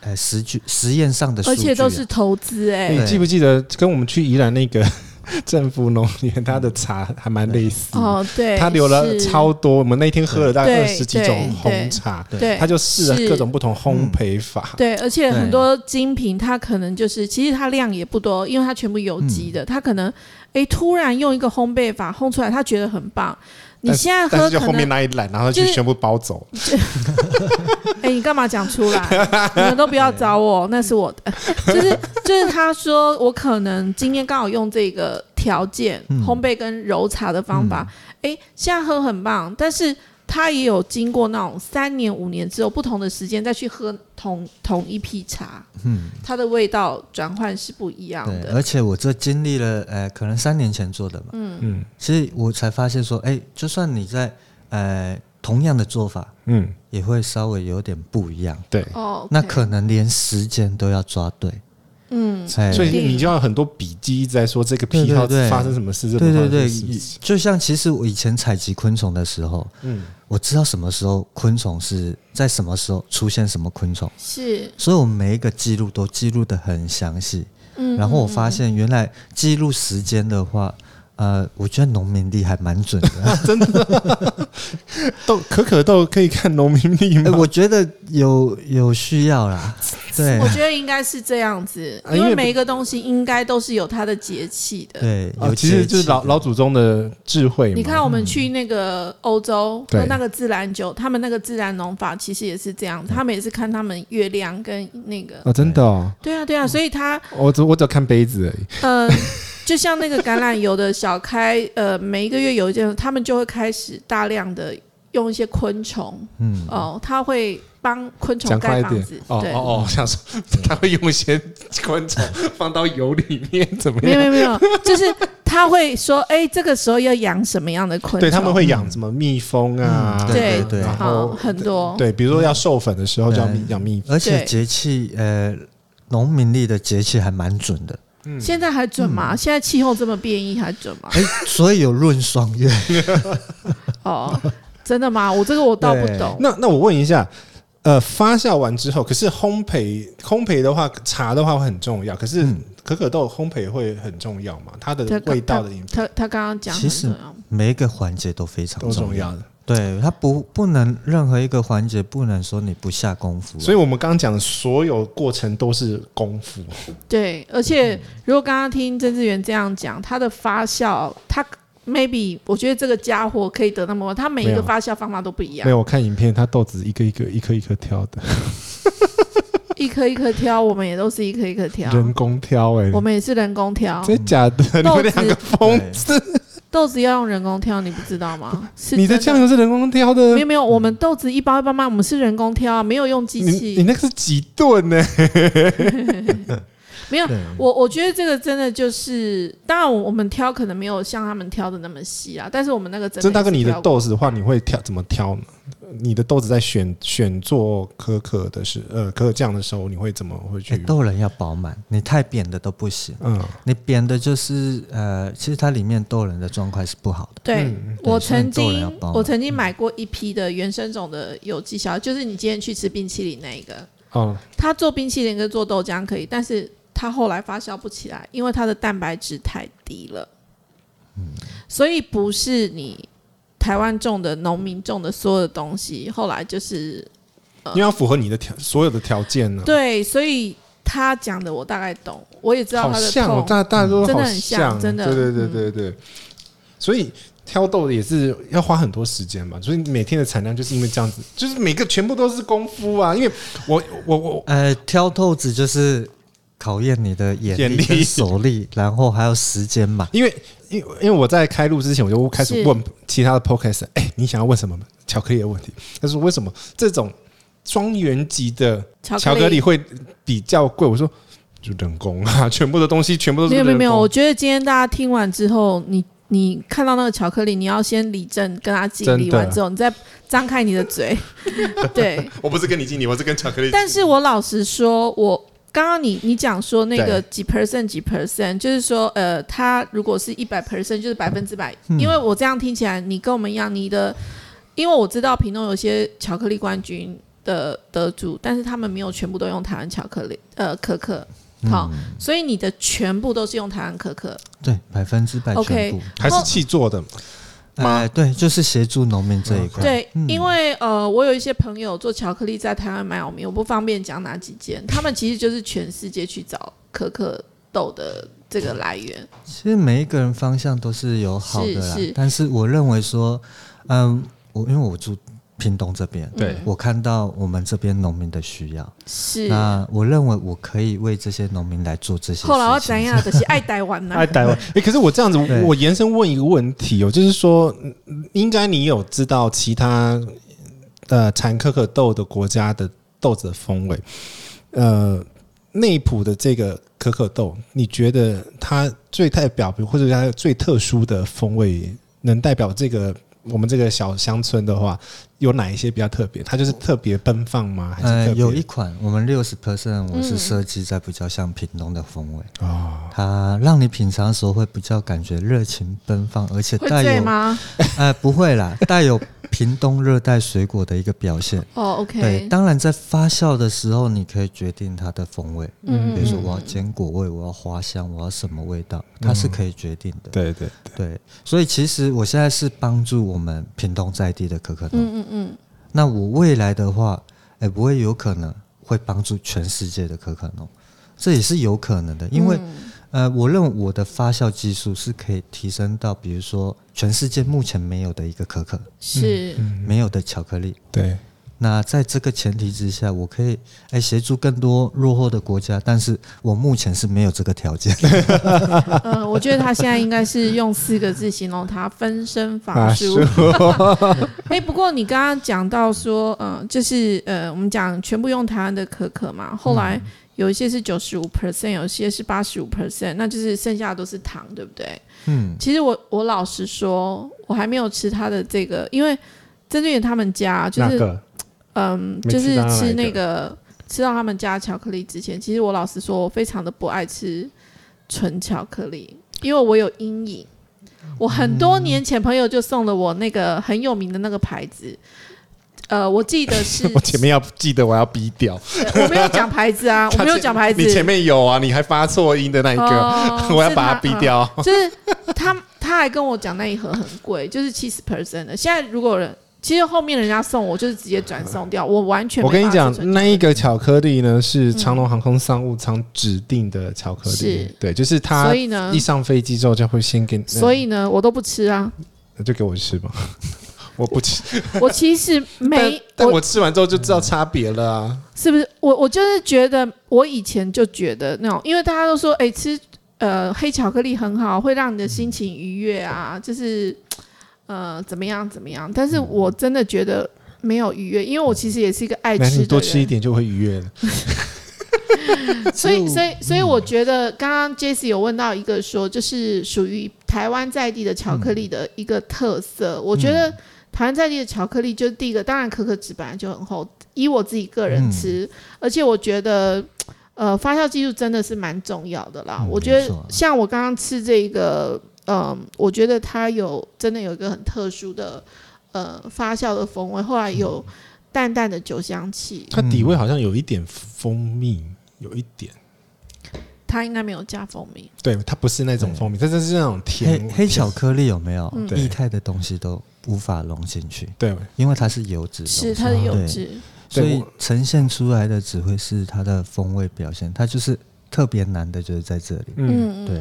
C: 呃实据实验上的数
A: 而
C: 据啊、
A: 且都是投资哎、
B: 欸你
C: 对
B: 记不记得跟我们去宜兰那个 政府农园，它的茶还蛮类似。
A: 哦，对，
B: 他留了
A: 是
B: 超多，我们那天喝了大概二
A: 对
B: 十几种红茶，
C: 对
A: 对嗯
B: 他就试了
A: 是
B: 各种不同烘焙法。
A: 对，而且
C: 对
A: 很多精品它可能就是，其实它量也不多，因为它全部有机
B: 嗯
A: 的，它可能诶突然用一个烘焙法烘出来，他觉得很棒。你现在
B: 但
A: 喝
B: 是就
A: 可
B: 后面
A: 能，
B: 那一栏，然后就
A: 就是
B: 全部包走。
A: 哎、你干嘛讲出来？ 你们都不要找我，那是我 的。就是就是，他说我可能今天刚好用这个条件，
C: 嗯
A: 烘焙跟揉茶的方法，哎、现在喝很棒，但是他也有经过那种三年五年之后不同的时间再去喝同同一批茶，
C: 嗯，
A: 它的味道转换是不一样
C: 对，
A: 的。
C: 而且我这经历了呃可能三年前做的嘛，
B: 嗯
C: 其实我才发现说，哎、就算你在呃同样的做法，
B: 嗯，
C: 也会稍微有点不一样。
B: 对。
A: 哦，
C: 那
A: OK
C: 可能连时间都要抓对，
A: 嗯，
C: 哎
B: 所以你就要有很多笔记一直在说这个癖好
C: 对对对
B: 发生什么事，这
C: 对对
B: 个
C: 对
B: 事情，
C: 就像其实我以前采集昆虫的时候，
B: 嗯，
C: 我知道什么时候昆虫是在什么时候出现什么昆虫，
A: 是，
C: 所以我们每一个记录都记录的很详细。
A: 嗯，
C: 然后我发现原来记录时间的话，呃，我觉得农民力还蛮 准的。
B: 豆可可豆可以看农民历
C: 哎，
B: 吗？
C: 我觉得有有需要啦，对呃
A: 我觉得应该是这样子，
B: 啊
A: 因
B: 因
A: 为
B: 为
A: 每一个东西应该都是有它的节气的。
C: 对，
B: 啊
C: 有
B: 其实
C: 节
B: 就是
C: 气
B: 老
C: 的
B: 老祖宗的智慧嘛。
A: 你看，我们去那个欧洲
B: 对
A: 喝那个自然酒，他们那个自然农法其实也是这
B: 嗯
A: 样，他们也是看他们月亮跟那个，
B: 啊，真的哦，
A: 对啊对啊，所以他
B: 我只我只有看杯子而已。
A: 嗯、呃 就像那个橄榄油的小开，呃，每一个月有一件，他们就会开始大量的用一些昆虫，
C: 嗯，
A: 哦，他会帮昆虫
B: 讲快
A: 盖
B: 一
A: 房
B: 点
A: 子，
B: 哦
A: 对。
B: 哦哦，想说 他会用一些昆虫放到油里面，怎么
A: 没有
B: 样？
A: 没有没有，就是他会说，哎、这个时候要养什么样的昆虫？
B: 对，他们会养什么蜜蜂啊？
C: 嗯
A: 对
C: 对
B: 然
A: 好
B: 后
A: 很多，
B: 对，比如说要授粉的时候就要蜜
C: 对
B: 养蜜蜂。
C: 而且
A: 对
C: 节气呃，农民历的节气还蛮准的，
B: 嗯
A: 现在还准吗？现在气候这么变异还准吗？
C: 哎，所以有闰双月，
A: 哦，真的吗？我这个我倒不懂。
B: 那那我问一下，呃，发酵完之后，可是烘焙烘焙的话，茶的话会很重要，可是
C: 嗯
B: 可可豆烘焙会很重要嘛？它的
A: 它
B: 味道的影
A: 他他刚刚讲很啊
C: 其实
A: 重要
C: 每一个环节都非常
B: 都重
C: 重要。
B: 要的。
C: 对，它不不能任何一个环节不能说你不下功夫啊，
B: 所以我们刚刚讲的所有过程都是功夫，
A: 对，而且
B: 嗯
A: 如果刚刚听曾志源这样讲，他的发酵，他 maybe 我觉得这个家伙可以得那么多，他每一
B: 没
A: 个
B: 有
A: 发酵方法都不一样
B: 没，有，我看影片，它豆子一个一个、一颗一颗挑的，
A: 一颗一颗挑，我们也都是一颗一颗挑，
B: 人工挑哎、
A: 我们也是人工挑，
B: 真假的？你
A: 豆
B: 们
A: 子
B: 两个疯子！
A: 豆子要用人工挑，你不知道吗？是
B: 你的
A: 真
B: 酱油是人工挑的嗯
A: 没，有没有，我们豆子一包一包卖，我们是人工挑啊，没有用机
B: 你你
A: 器。
B: 那个是几吨呢？
A: 没有，
C: 对
A: 我我觉得这个真的就是，当然我我们挑可能没有像他们挑的那么细啊，但是我们那个真的
B: 真大哥，
A: 也是
B: 你的
A: 挑过，
B: 豆子的话，你会挑怎么挑呢？你的豆子在选选做可可的时，呃，可可酱的时候，你会怎么会
C: 哎
B: 去？
C: 豆仁要饱满，你太扁的都不行。
B: 嗯，
C: 你扁的就是呃，其实它里面豆仁的状态是不好的。
A: 对。
B: 嗯
A: 我
C: 对所以
A: 曾
C: 豆人要
A: 经，
C: 包
A: 我曾经买过一批的原生种的有机小，就是你今天去吃冰淇淋那一个，
B: 哦，
A: 它做冰淇淋跟做豆浆可以，但是它后来发酵不起来，因为它的蛋白质太低了。
B: 嗯
A: 所以不是你台湾种的、农民种的所有的东西，后来就是
B: 因为要符合你的条所有的条件呢。
A: 对，所以他讲的我大概懂，我也知道
B: 好
A: 他的
B: 像哦
A: 痛，。嗯
B: 大大家都
A: 真的
B: 好
A: 很像真的嗯
B: 对对对对对。所以挑豆的也是要花很多时间吧，所以每天的产量就是因为这样子，就是每个全部都是功夫啊。因为我我我
C: 呃，挑豆子就是考验你的眼
B: 眼
C: 力
B: 力
C: 跟手力，然后还有时间嘛。
B: 因为因为因为我在开录之前，我就开始
A: 是
B: 问其他的 podcast，哎、你想要问什么巧克力的问题？他说为什么这种庄园级的
A: 巧
B: 巧克力会比较贵？我说就人工啊，全部的东西全部都是
A: 没有没有没有，
B: 人工
A: 我觉得今天大家听完之后，你你看到那个巧克力，你要先理正跟他敬礼
B: 真的
A: 完之后，你再张开你的 嘴。对，
B: 我不是跟你经理，我是跟巧克力。
A: 但是我老实说，我。刚刚你你讲说那个
B: 对
A: 几 percent 几 percent，就是说呃，它如果是一百 percent 就是百分之百，因为我这样听起来你跟我们一样，你的因为我知道屏东有些巧克力冠军的得主，但是他们没有全部都用台湾巧克力呃可可，好，所以你的全部都是用台湾可可，
C: 对，百分之百
A: OK
C: 全部。
B: 还是气做的嘛，
C: 哎、对，就是协助农民
B: 嗯
C: 这一块。
A: 对，因为呃，我有一些朋友做巧克力在台湾买我们，我不方便讲哪几间，他们其实就是全世界去找可可豆的这个来源。
C: 其实每一个人方向都是有好的啦，
A: 是是
C: 但是我认为说，嗯，我因为我住屏东这边，
B: 对
C: 我看到我们这边农民的需要，
A: 嗯是，
C: 那我认为我可以为这些农民来做这些事情。
A: 后来我怎样的是爱台湾呢、
B: 爱台湾。哎、可是我这样子
C: 对，
B: 我延伸问一个问题哦，就是说，嗯应该你有知道其他呃产可可豆的国家的豆子的风味，呃，内埔的这个可可豆，你觉得它最代表，或者它最特殊的风味，能代表这个？我们这个小乡村的话，有哪一些比较特别？它就是特别奔放吗？还是特
C: 呃，
B: 别、
C: 有一款我们六十 percent 我
A: 嗯
C: 是设计在比较像屏东的风味，
B: 哦，
C: 它让你品尝的时候会比较感觉热情奔放，而且
A: 会
C: 带
A: 醉
C: 有
A: 吗？
C: 呃不会啦，带有屏东热带水果的一个表现。
A: 哦
C: 对，
A: ，OK，
C: 当然在发酵的时候，你可以决定它的风味，
A: 嗯
C: 比如说我要坚果味，我要花香，我要什么味道，它是可以决定的。
B: 对对对，
C: 对，所以其实我现在是帮助我们屏东在地的可可农
A: 嗯嗯嗯，
C: 那我未来的话，哎、不会有可能会帮助全世界的可可农，这也是有可能的，因
A: 嗯
C: 为、呃，我认为我的发酵技术是可以提升到，比如说全世界目前没有的一个可可，
A: 是
C: 没有的巧克力。
B: 对，
C: 那在这个前提之下，我可以哎协助更多落后的国家，但是我目前是没有这个 条件。
A: 呃，我觉得他现在应该是用四个字形容他分身乏
B: 啊
A: 术。 哎、不过你刚刚讲到说，呃，就是呃，我们讲全部用台湾的可可嘛，后来有一些是九十五 percent，有些是八十五 percent，那就是剩下的都是糖，对不对？
C: 嗯，
A: 其实我我老实说，我还没有吃他的这个，因为曾俊远他们家就
B: 那
A: 是
B: 个
A: 嗯，
B: 没
A: 就
B: 吃
A: 是
B: 到那
A: 吃
B: 一
A: 那
B: 个
A: 个吃到他们家巧克力之前，其实我老实说，我非常的不爱吃纯巧克力，因为我有阴影。我很多年前朋友就送了我那个很有名的那个牌子，呃，我记得是 呃
B: 我前面要记得我要逼掉，
A: 我没有讲牌子啊，我
B: 他
A: 没有
B: 前
A: 讲牌子，
B: 你前面有啊，你还发错音的那一个，
A: 哦
B: 我要
A: 是
B: 把
A: 他
B: 它逼
A: 嗯
B: 掉。
A: 就是他他还跟我讲那一盒很贵，就是七十 percent 的。现在如果有人其实后面人家送我，就是直接转送掉，我完全
B: 我跟
A: 没
B: 你
A: 办法
B: 讲
A: 做成，
B: 那一个巧克力呢是长龙航空商务舱指定的巧克力
A: 嗯是，
B: 对，就是它
A: 所以呢
B: 一，上飞机之后就会先给你，
A: 所以呢，我都不吃 啊。
B: 那就给我吃吧， 我不吃，
A: 我其实没，
B: 但但
A: 我
B: 我吃完之后就知道差别了啊。
A: 是不是我我就是觉得，我以前就觉得那种，因为大家都说，哎、吃呃黑巧克力很好，会让你的心情愉悦啊，就是呃怎么样怎么样。但是
B: 嗯
A: 我真的觉得没有愉悦，因为我其实也是一个爱
B: 那
A: 吃的
B: 你
A: 人，啊
B: 多吃一点就会愉悦了。
A: 所
C: 嗯
A: 以，所以，所以，我觉得刚刚 Jesse 有问到一个说，就是属于台湾在地的巧克
C: 嗯
A: 力的一个特色。我觉得台湾在地的巧克力，就是第一个，当然可可脂本来就很厚，以我自己个
C: 嗯
A: 人吃，而且我觉得。呃，发酵技术真的是蛮重要的啦。
C: 嗯
A: 我觉得
C: 没错
A: 像我刚刚吃这个，嗯，我觉得它有真的有一个很特殊的呃发酵的风味，后来有
C: 嗯
A: 淡淡的酒香气，
B: 它底味好像有一点蜂蜜，有一点，
A: 它应该没有加蜂蜜。
B: 对，它不是那种蜂蜜，它就是那种
C: 黑
B: 甜
C: 黑巧，克力有没有
A: 嗯
B: 对
C: 液态的东西都无法融进去，
B: 对
C: 因为它是油脂的东西，
A: 是它的油
C: 对
A: 脂，
C: 所
B: 对
C: 以
B: 我
C: 呈现出来的只会是它的风味表现，它就是特别难的，就是在这里。
B: 嗯，
A: 嗯
C: 对，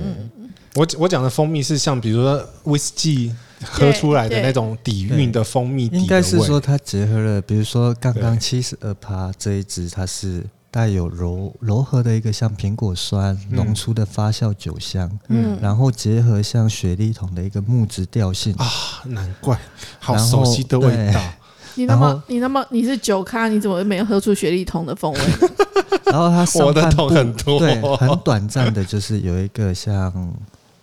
B: 我我讲的蜂蜜是像比如说威士忌喝出来的那种底蕴的蜂蜜底的味，
C: 应该是说它结合了，比如说刚刚
B: 对
C: 七十二趴这一支，它是带有柔柔和的一个像苹果酸
B: 嗯
C: 浓出的发酵酒香，
A: 嗯
C: 然后结合像雪莉桶的一个木质 调性，
B: 啊，难怪好
C: 然
B: 熟
C: 后
B: 悉的味道。
A: 你那么
C: 然后
A: 你那么你是酒咖，你怎么没有喝出雪莉桶的 风味呢？
C: 然后它上
B: 我的
C: 半部
B: 桶很多
C: 对，很短暂的，就是有一个像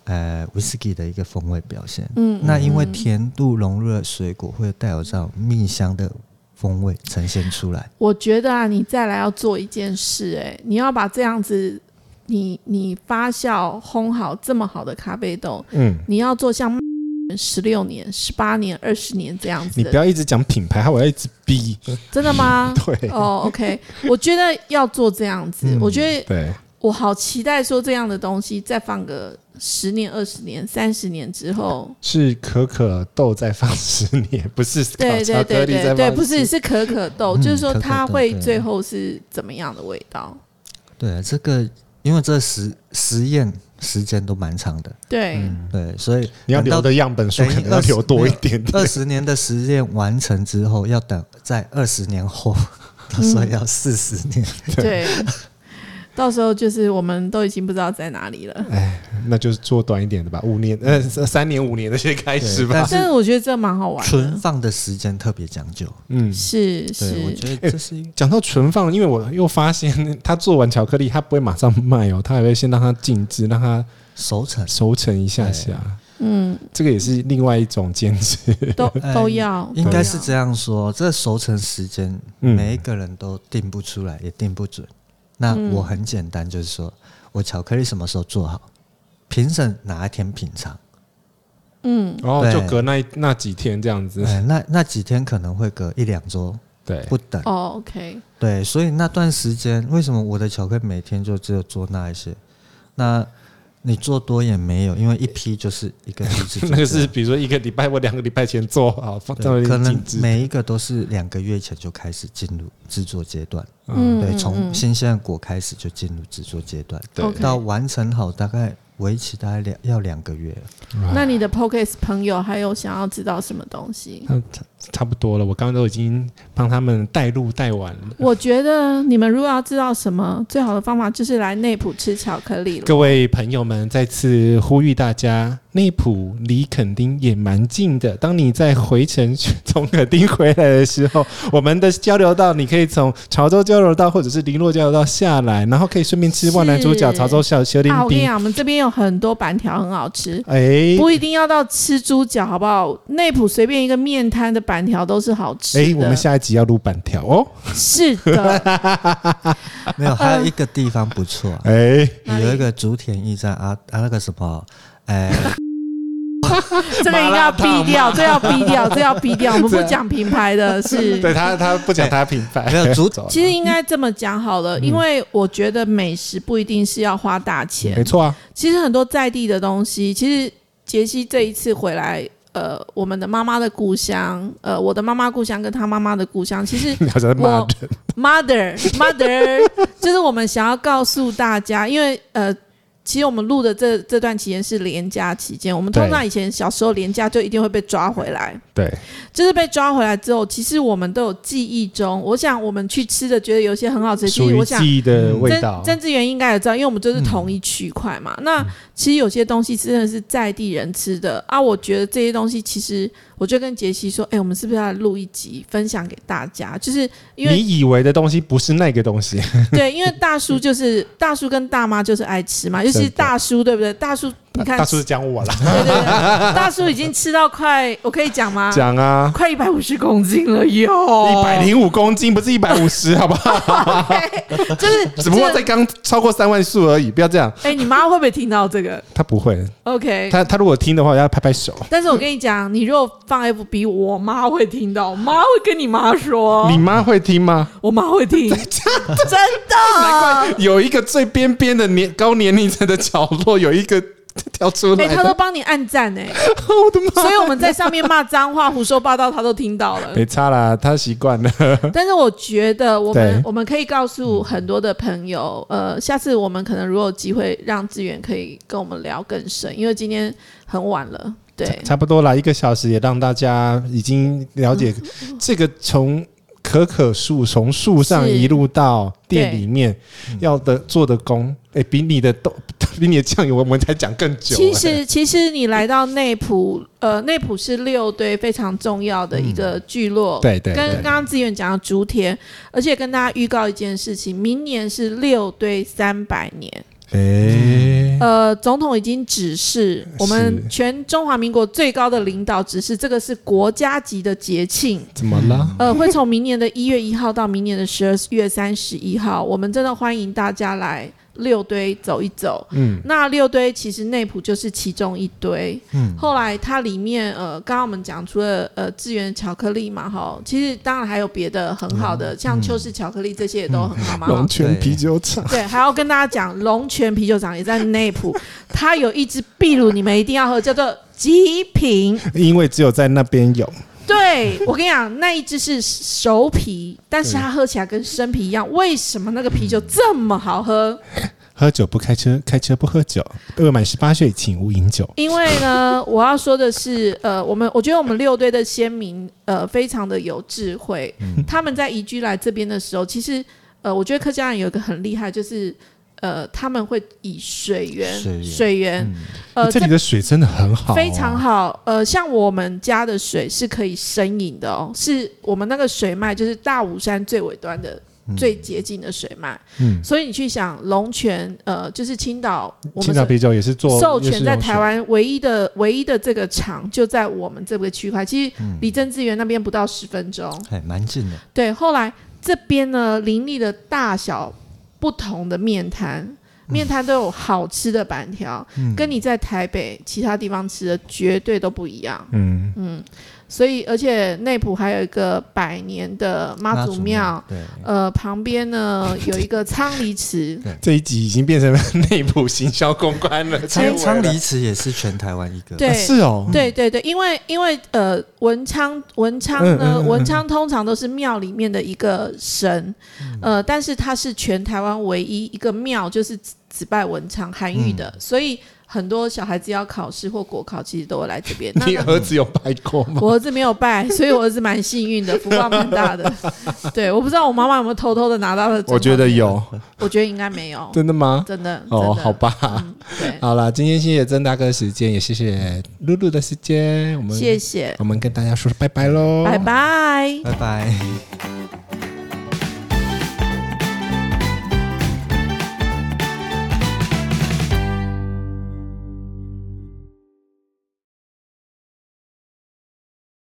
C: 呃威士忌的一个风味表现。
A: 嗯，
C: 那因为
A: 嗯
C: 甜度融入了水果，会带有这种蜜香的风味呈现出来。
A: 我觉得啊，你再来要做一件事、哎，你要把这样子，你你发酵烘好这么好的咖啡豆，
B: 嗯，
A: 你要做像 十六年、十八年、二十年这样子
B: 你不
A: 的，
B: 要一直讲品牌，害我要一直逼。？
A: 真的吗
B: 对
A: 哦，OK，我觉得要做这样子，
B: 嗯
A: 我觉得
B: 对，
A: 我好期待说这样的东西再放个十年、二十年、三十年之后，
B: 是可可豆再放十年，不
C: 啊
B: 是
A: 对
B: 巧
A: 对
B: 克
A: 对
B: 力
A: 对
B: 再放
A: 对，不是
B: 10
A: 是可可豆，
C: 嗯
A: 就是说
C: 可可
A: 它
C: 豆
A: 会
C: 对
A: 最后是怎么样的味道？
C: 对，这个因为这实实验时间都蛮长的，
A: 对，
B: 嗯
C: 对，所以
B: 你要
C: 等到
B: 留的样本数
C: 等于
B: 可能要
C: 20
B: 留多一点点。
C: 二十年的实验完成之后，要等在二十 年后， 他说要四十年，
A: 对，到时候就是我们都已经不知道在哪里
C: 哎
A: 了。
B: 那就是做短一点的吧，五年呃三三年五年的先开始
C: 对
B: 吧
C: 但。是
A: 但是我觉得这蛮好玩
C: 存
A: 的，
C: 放的时间特别讲究。
B: 嗯，
A: 是
C: 对，我
A: 是，
C: 觉得这是一个
B: 讲到存放，因为我又发现他做完巧克力，他不会马上卖哦，他还会先让它静置，让它
C: 熟成。
A: 啊
B: 熟成一下下。
A: 嗯，
B: 这个也是另外一种坚持。
A: 都
C: 哎
A: 都要，
C: 应该是
A: 样。
C: 这样说，这熟成时间
B: 嗯
C: 每一个人都定不出来，也定不准。那我很简单，就是说我巧克力什么时候做好，评审哪一天品尝。
A: 嗯，
B: 然后
C: 对
B: 哦就隔那一那几天这样子。
C: 哎，那那几天可能会隔一两周
B: 对，，
C: 不等。
A: 哦，OK，
C: 对，所以那段时间为什么我的巧克力每天就只有做那一些？那你做多也没有，因为一批就是一个批次
B: 那个是比如说一个礼拜或两个礼拜前做好，
A: 哦
B: 放在
C: 对，
B: 那
C: 可
B: 里
C: 能
B: 静置。
C: 每一个都是两个月前就开始进入制作阶段，
A: 嗯，
C: 对，
A: 嗯
C: 从
A: 嗯
C: 新鲜的果开始就进入制作阶段，
B: 对
A: OK
C: 到完成好大概为期大概两要两个 月了。
A: 那你的 p o c k e t 朋友还有想要知道什么东西？
B: 那差差不多了，我刚刚都已经帮他们带路带完了。
A: 我觉得你们如果要知道什么，最好的方法就是来内埔吃巧克力了。
B: 各位朋友们，再次呼吁大家，内埔离垦丁也蛮近的。当你在回程去从垦丁回来的时候，我们的交流道你可以从潮州交流道或者是林洛交流道下来，然后可以顺便吃万南猪脚、
A: 是
B: 潮州小小林
A: 啊，我跟你
B: 冰。
A: 讲，我们这边有很多板条很好吃，
B: 哎
A: 不一定要到吃猪脚，好不好？内埔随便一个面摊的板条都是好吃的。
B: 哎，我们下一集要录板条哦。
A: 是 的，
C: 没有，还有一个地方不错、啊，
B: 哎，
A: 哪里
C: 有一个竹田驿站啊啊那个什么，哎、
A: 这个应该要逼掉，这要逼掉，这要逼掉。我们
C: 啊
A: 不讲品牌 的是，
B: 对他他不讲他品牌，
C: 没有竹
B: 走了
A: 其实应该这么讲好
C: 嗯
A: 了，因为我觉得美食不一定是要花大钱
C: 嗯
B: 没，错啊，
A: 其实很多在地的东西，其实杰西这一次回来。呃，我们的妈妈的故乡，呃，我的妈妈故乡跟她妈妈的故乡，其实
B: 你好像在骂
A: 我
B: 人。
A: mother mother，就是我们想要告诉大家，因为呃，其实我们录的这这段期间是连假期间，我们通
B: 对
A: 常以前小时候连假就一定会被抓回来，
B: 对，
A: 就是被抓回来之后，其实我们都有记忆中，我想我们去吃的，觉得有些很好吃，其
B: 属
A: 实
B: 于
A: 我想。
B: 记忆的味道嗯
A: 曾。曾志源应该也知道，因为我们就是同一区块嘛。那其实有些东西真的是在地人吃的啊，我觉得这些东西其实，我就跟杰西说，哎、我们是不是要录一集分享给大家？就是因为
B: 你以为的东西不是那个东西，
A: 对，因为大叔就是大叔跟大妈就是爱吃嘛，尤其是
B: 真的
A: 大叔，对不对？大叔，你看，
B: 大叔讲我啦，
A: 对对 对，大叔已经吃到快，我可以讲吗？
B: 讲啊，
A: 快一百五十公斤了哟，
B: 一百零五公斤不是一百五十，好不 好？
A: 对，就是
B: 只不过在
A: 这
B: 刚超过三万数而已，不要这样。
A: 哎、你妈会不会听到这个
B: 他不会，
A: ？OK，
B: 他他如果听的话，要拍拍手。
A: 但是我跟你讲，你如果放 FB，我妈会听到，我妈会跟你妈说
B: 你，妈会听吗？
A: 我妈会 听，真的，哎
B: 有一个最边边的年高年龄层的角落有一个跳出
A: 哎、
B: 来
A: 她都
B: 的，
A: 帮你按赞哎、
B: 我的妈！
A: 所以我们在上面骂脏话、胡说八道，她都听到了。
B: 没差啦，他习惯了。
A: 但是我觉得我们
B: 对嗯
A: 我们可以告诉很多的朋友，呃，下次我们可能如果有机会让志远可以跟我们聊更深，因为今天很晚了，对，
B: 差不多啦，一个小时也让大家已经了解
A: 嗯
B: 这个从可可树从树上
A: 是
B: 一路到店里面要的做的工，哎、比你的豆 比你的酱油我们才讲更久、
A: 其
B: 哎
A: 实，其实你来到内埔，呃，内埔是六堆非常重要的一个聚落，
B: 嗯对对
A: 跟
B: 对
A: 刚刚志远讲的竹田，而且跟大家预告一件事情，明年是六堆三百年。
B: 哎、
A: 呃，总统已经指示我们全中华民国最高的领导指示，这个是国家级的节庆，
B: 怎么了？
A: 呃，会从明年的一月一号到明年的十二月三十一号，我们真的欢迎大家来六堆走一走。
B: 嗯，
A: 那六堆其实内埔就是其中一堆。
C: 嗯
A: 后来它里面呃，刚刚我们讲除了呃志源巧克力嘛，哈，其实当然还有别的很好的，像秋氏巧克力这些也都很好嘛。哈
B: 龙泉啤酒厂，
A: 对，还要跟大家讲，龙泉啤酒厂也在内埔，它有一支秘鲁，你们一定要喝，叫做极品。
B: 因为只有在那边有，
A: 对我跟你讲，那一只是熟啤，但是它喝起来跟生啤一样。为什么那个啤酒这么好喝？
B: 喝酒不开车，开车不喝酒，未满十八岁请勿饮酒。
A: 因为呢，我要说的是，呃，我们我觉得我们六队的先民，呃，非常的有智慧。
C: 嗯
A: 他们在移居来这边的时候，其实，呃，我觉得客家人有一个很厉害，就是。呃，他们会以水源，
C: 水源
A: 源，
C: 嗯
A: 呃，
B: 这里的水真的很好、啊
A: 非常。好。呃，像我们家的水是可以生饮的哦，是我们那个水脉就是大武山最尾端的。最接近的水脉，
B: 嗯
A: 所以你去想龙泉，呃，就是青岛，我
B: 青
A: 们
B: 岛
A: 是
B: 啤酒也是做
A: 授
B: 也是
A: 权在
B: 用水
A: 台湾唯一的唯一的这个厂就在我们这个区块，其实
B: 嗯
A: 离政治园那边不到十分钟。
C: 还哎蛮近 的，
A: 对，后来这边呢，林立的大小不同的面摊，面摊都有好吃的板条，跟你在台北其他地方吃的绝对都不一样。
B: 嗯，
A: 所以而且内埔还有一个百年的妈祖庙，，
C: 对，
A: 呃，旁边呢有一个仓离池，
B: 这一集已经变成了 内部行销公 关了，结尾
C: 仓
B: 了
C: 仓离池也是全台湾一个，
A: 对
B: 啊是哦，
A: 对对对，因为因为呃，文昌文昌
B: 嗯
A: 呢，
B: 嗯嗯
A: 文昌通常都是庙里面的一个神，
B: 嗯
A: 呃，但是它是全台湾唯一一个庙，就是只只拜文昌韩愈的，
B: 嗯
A: 所以很多小孩子要考试或国考，其实都会来这 边。那
B: 你儿子有拜过吗？
A: 我儿子没有 拜，所以我儿子蛮幸运的，福报蛮大的。对，我不知道我妈妈有没有偷偷的拿到的。
B: 我觉得，有，
A: 我觉得应该没有，
B: 真的吗？
A: 真的。
B: 哦，
A: 真的
B: 好，吧，
A: 嗯，对，
B: 好啦，今天谢谢曾大哥的时间，也谢谢露露的时间，我们哦
A: 谢谢，
B: 我们跟大家说拜拜喽，
A: 拜拜。
C: 拜拜。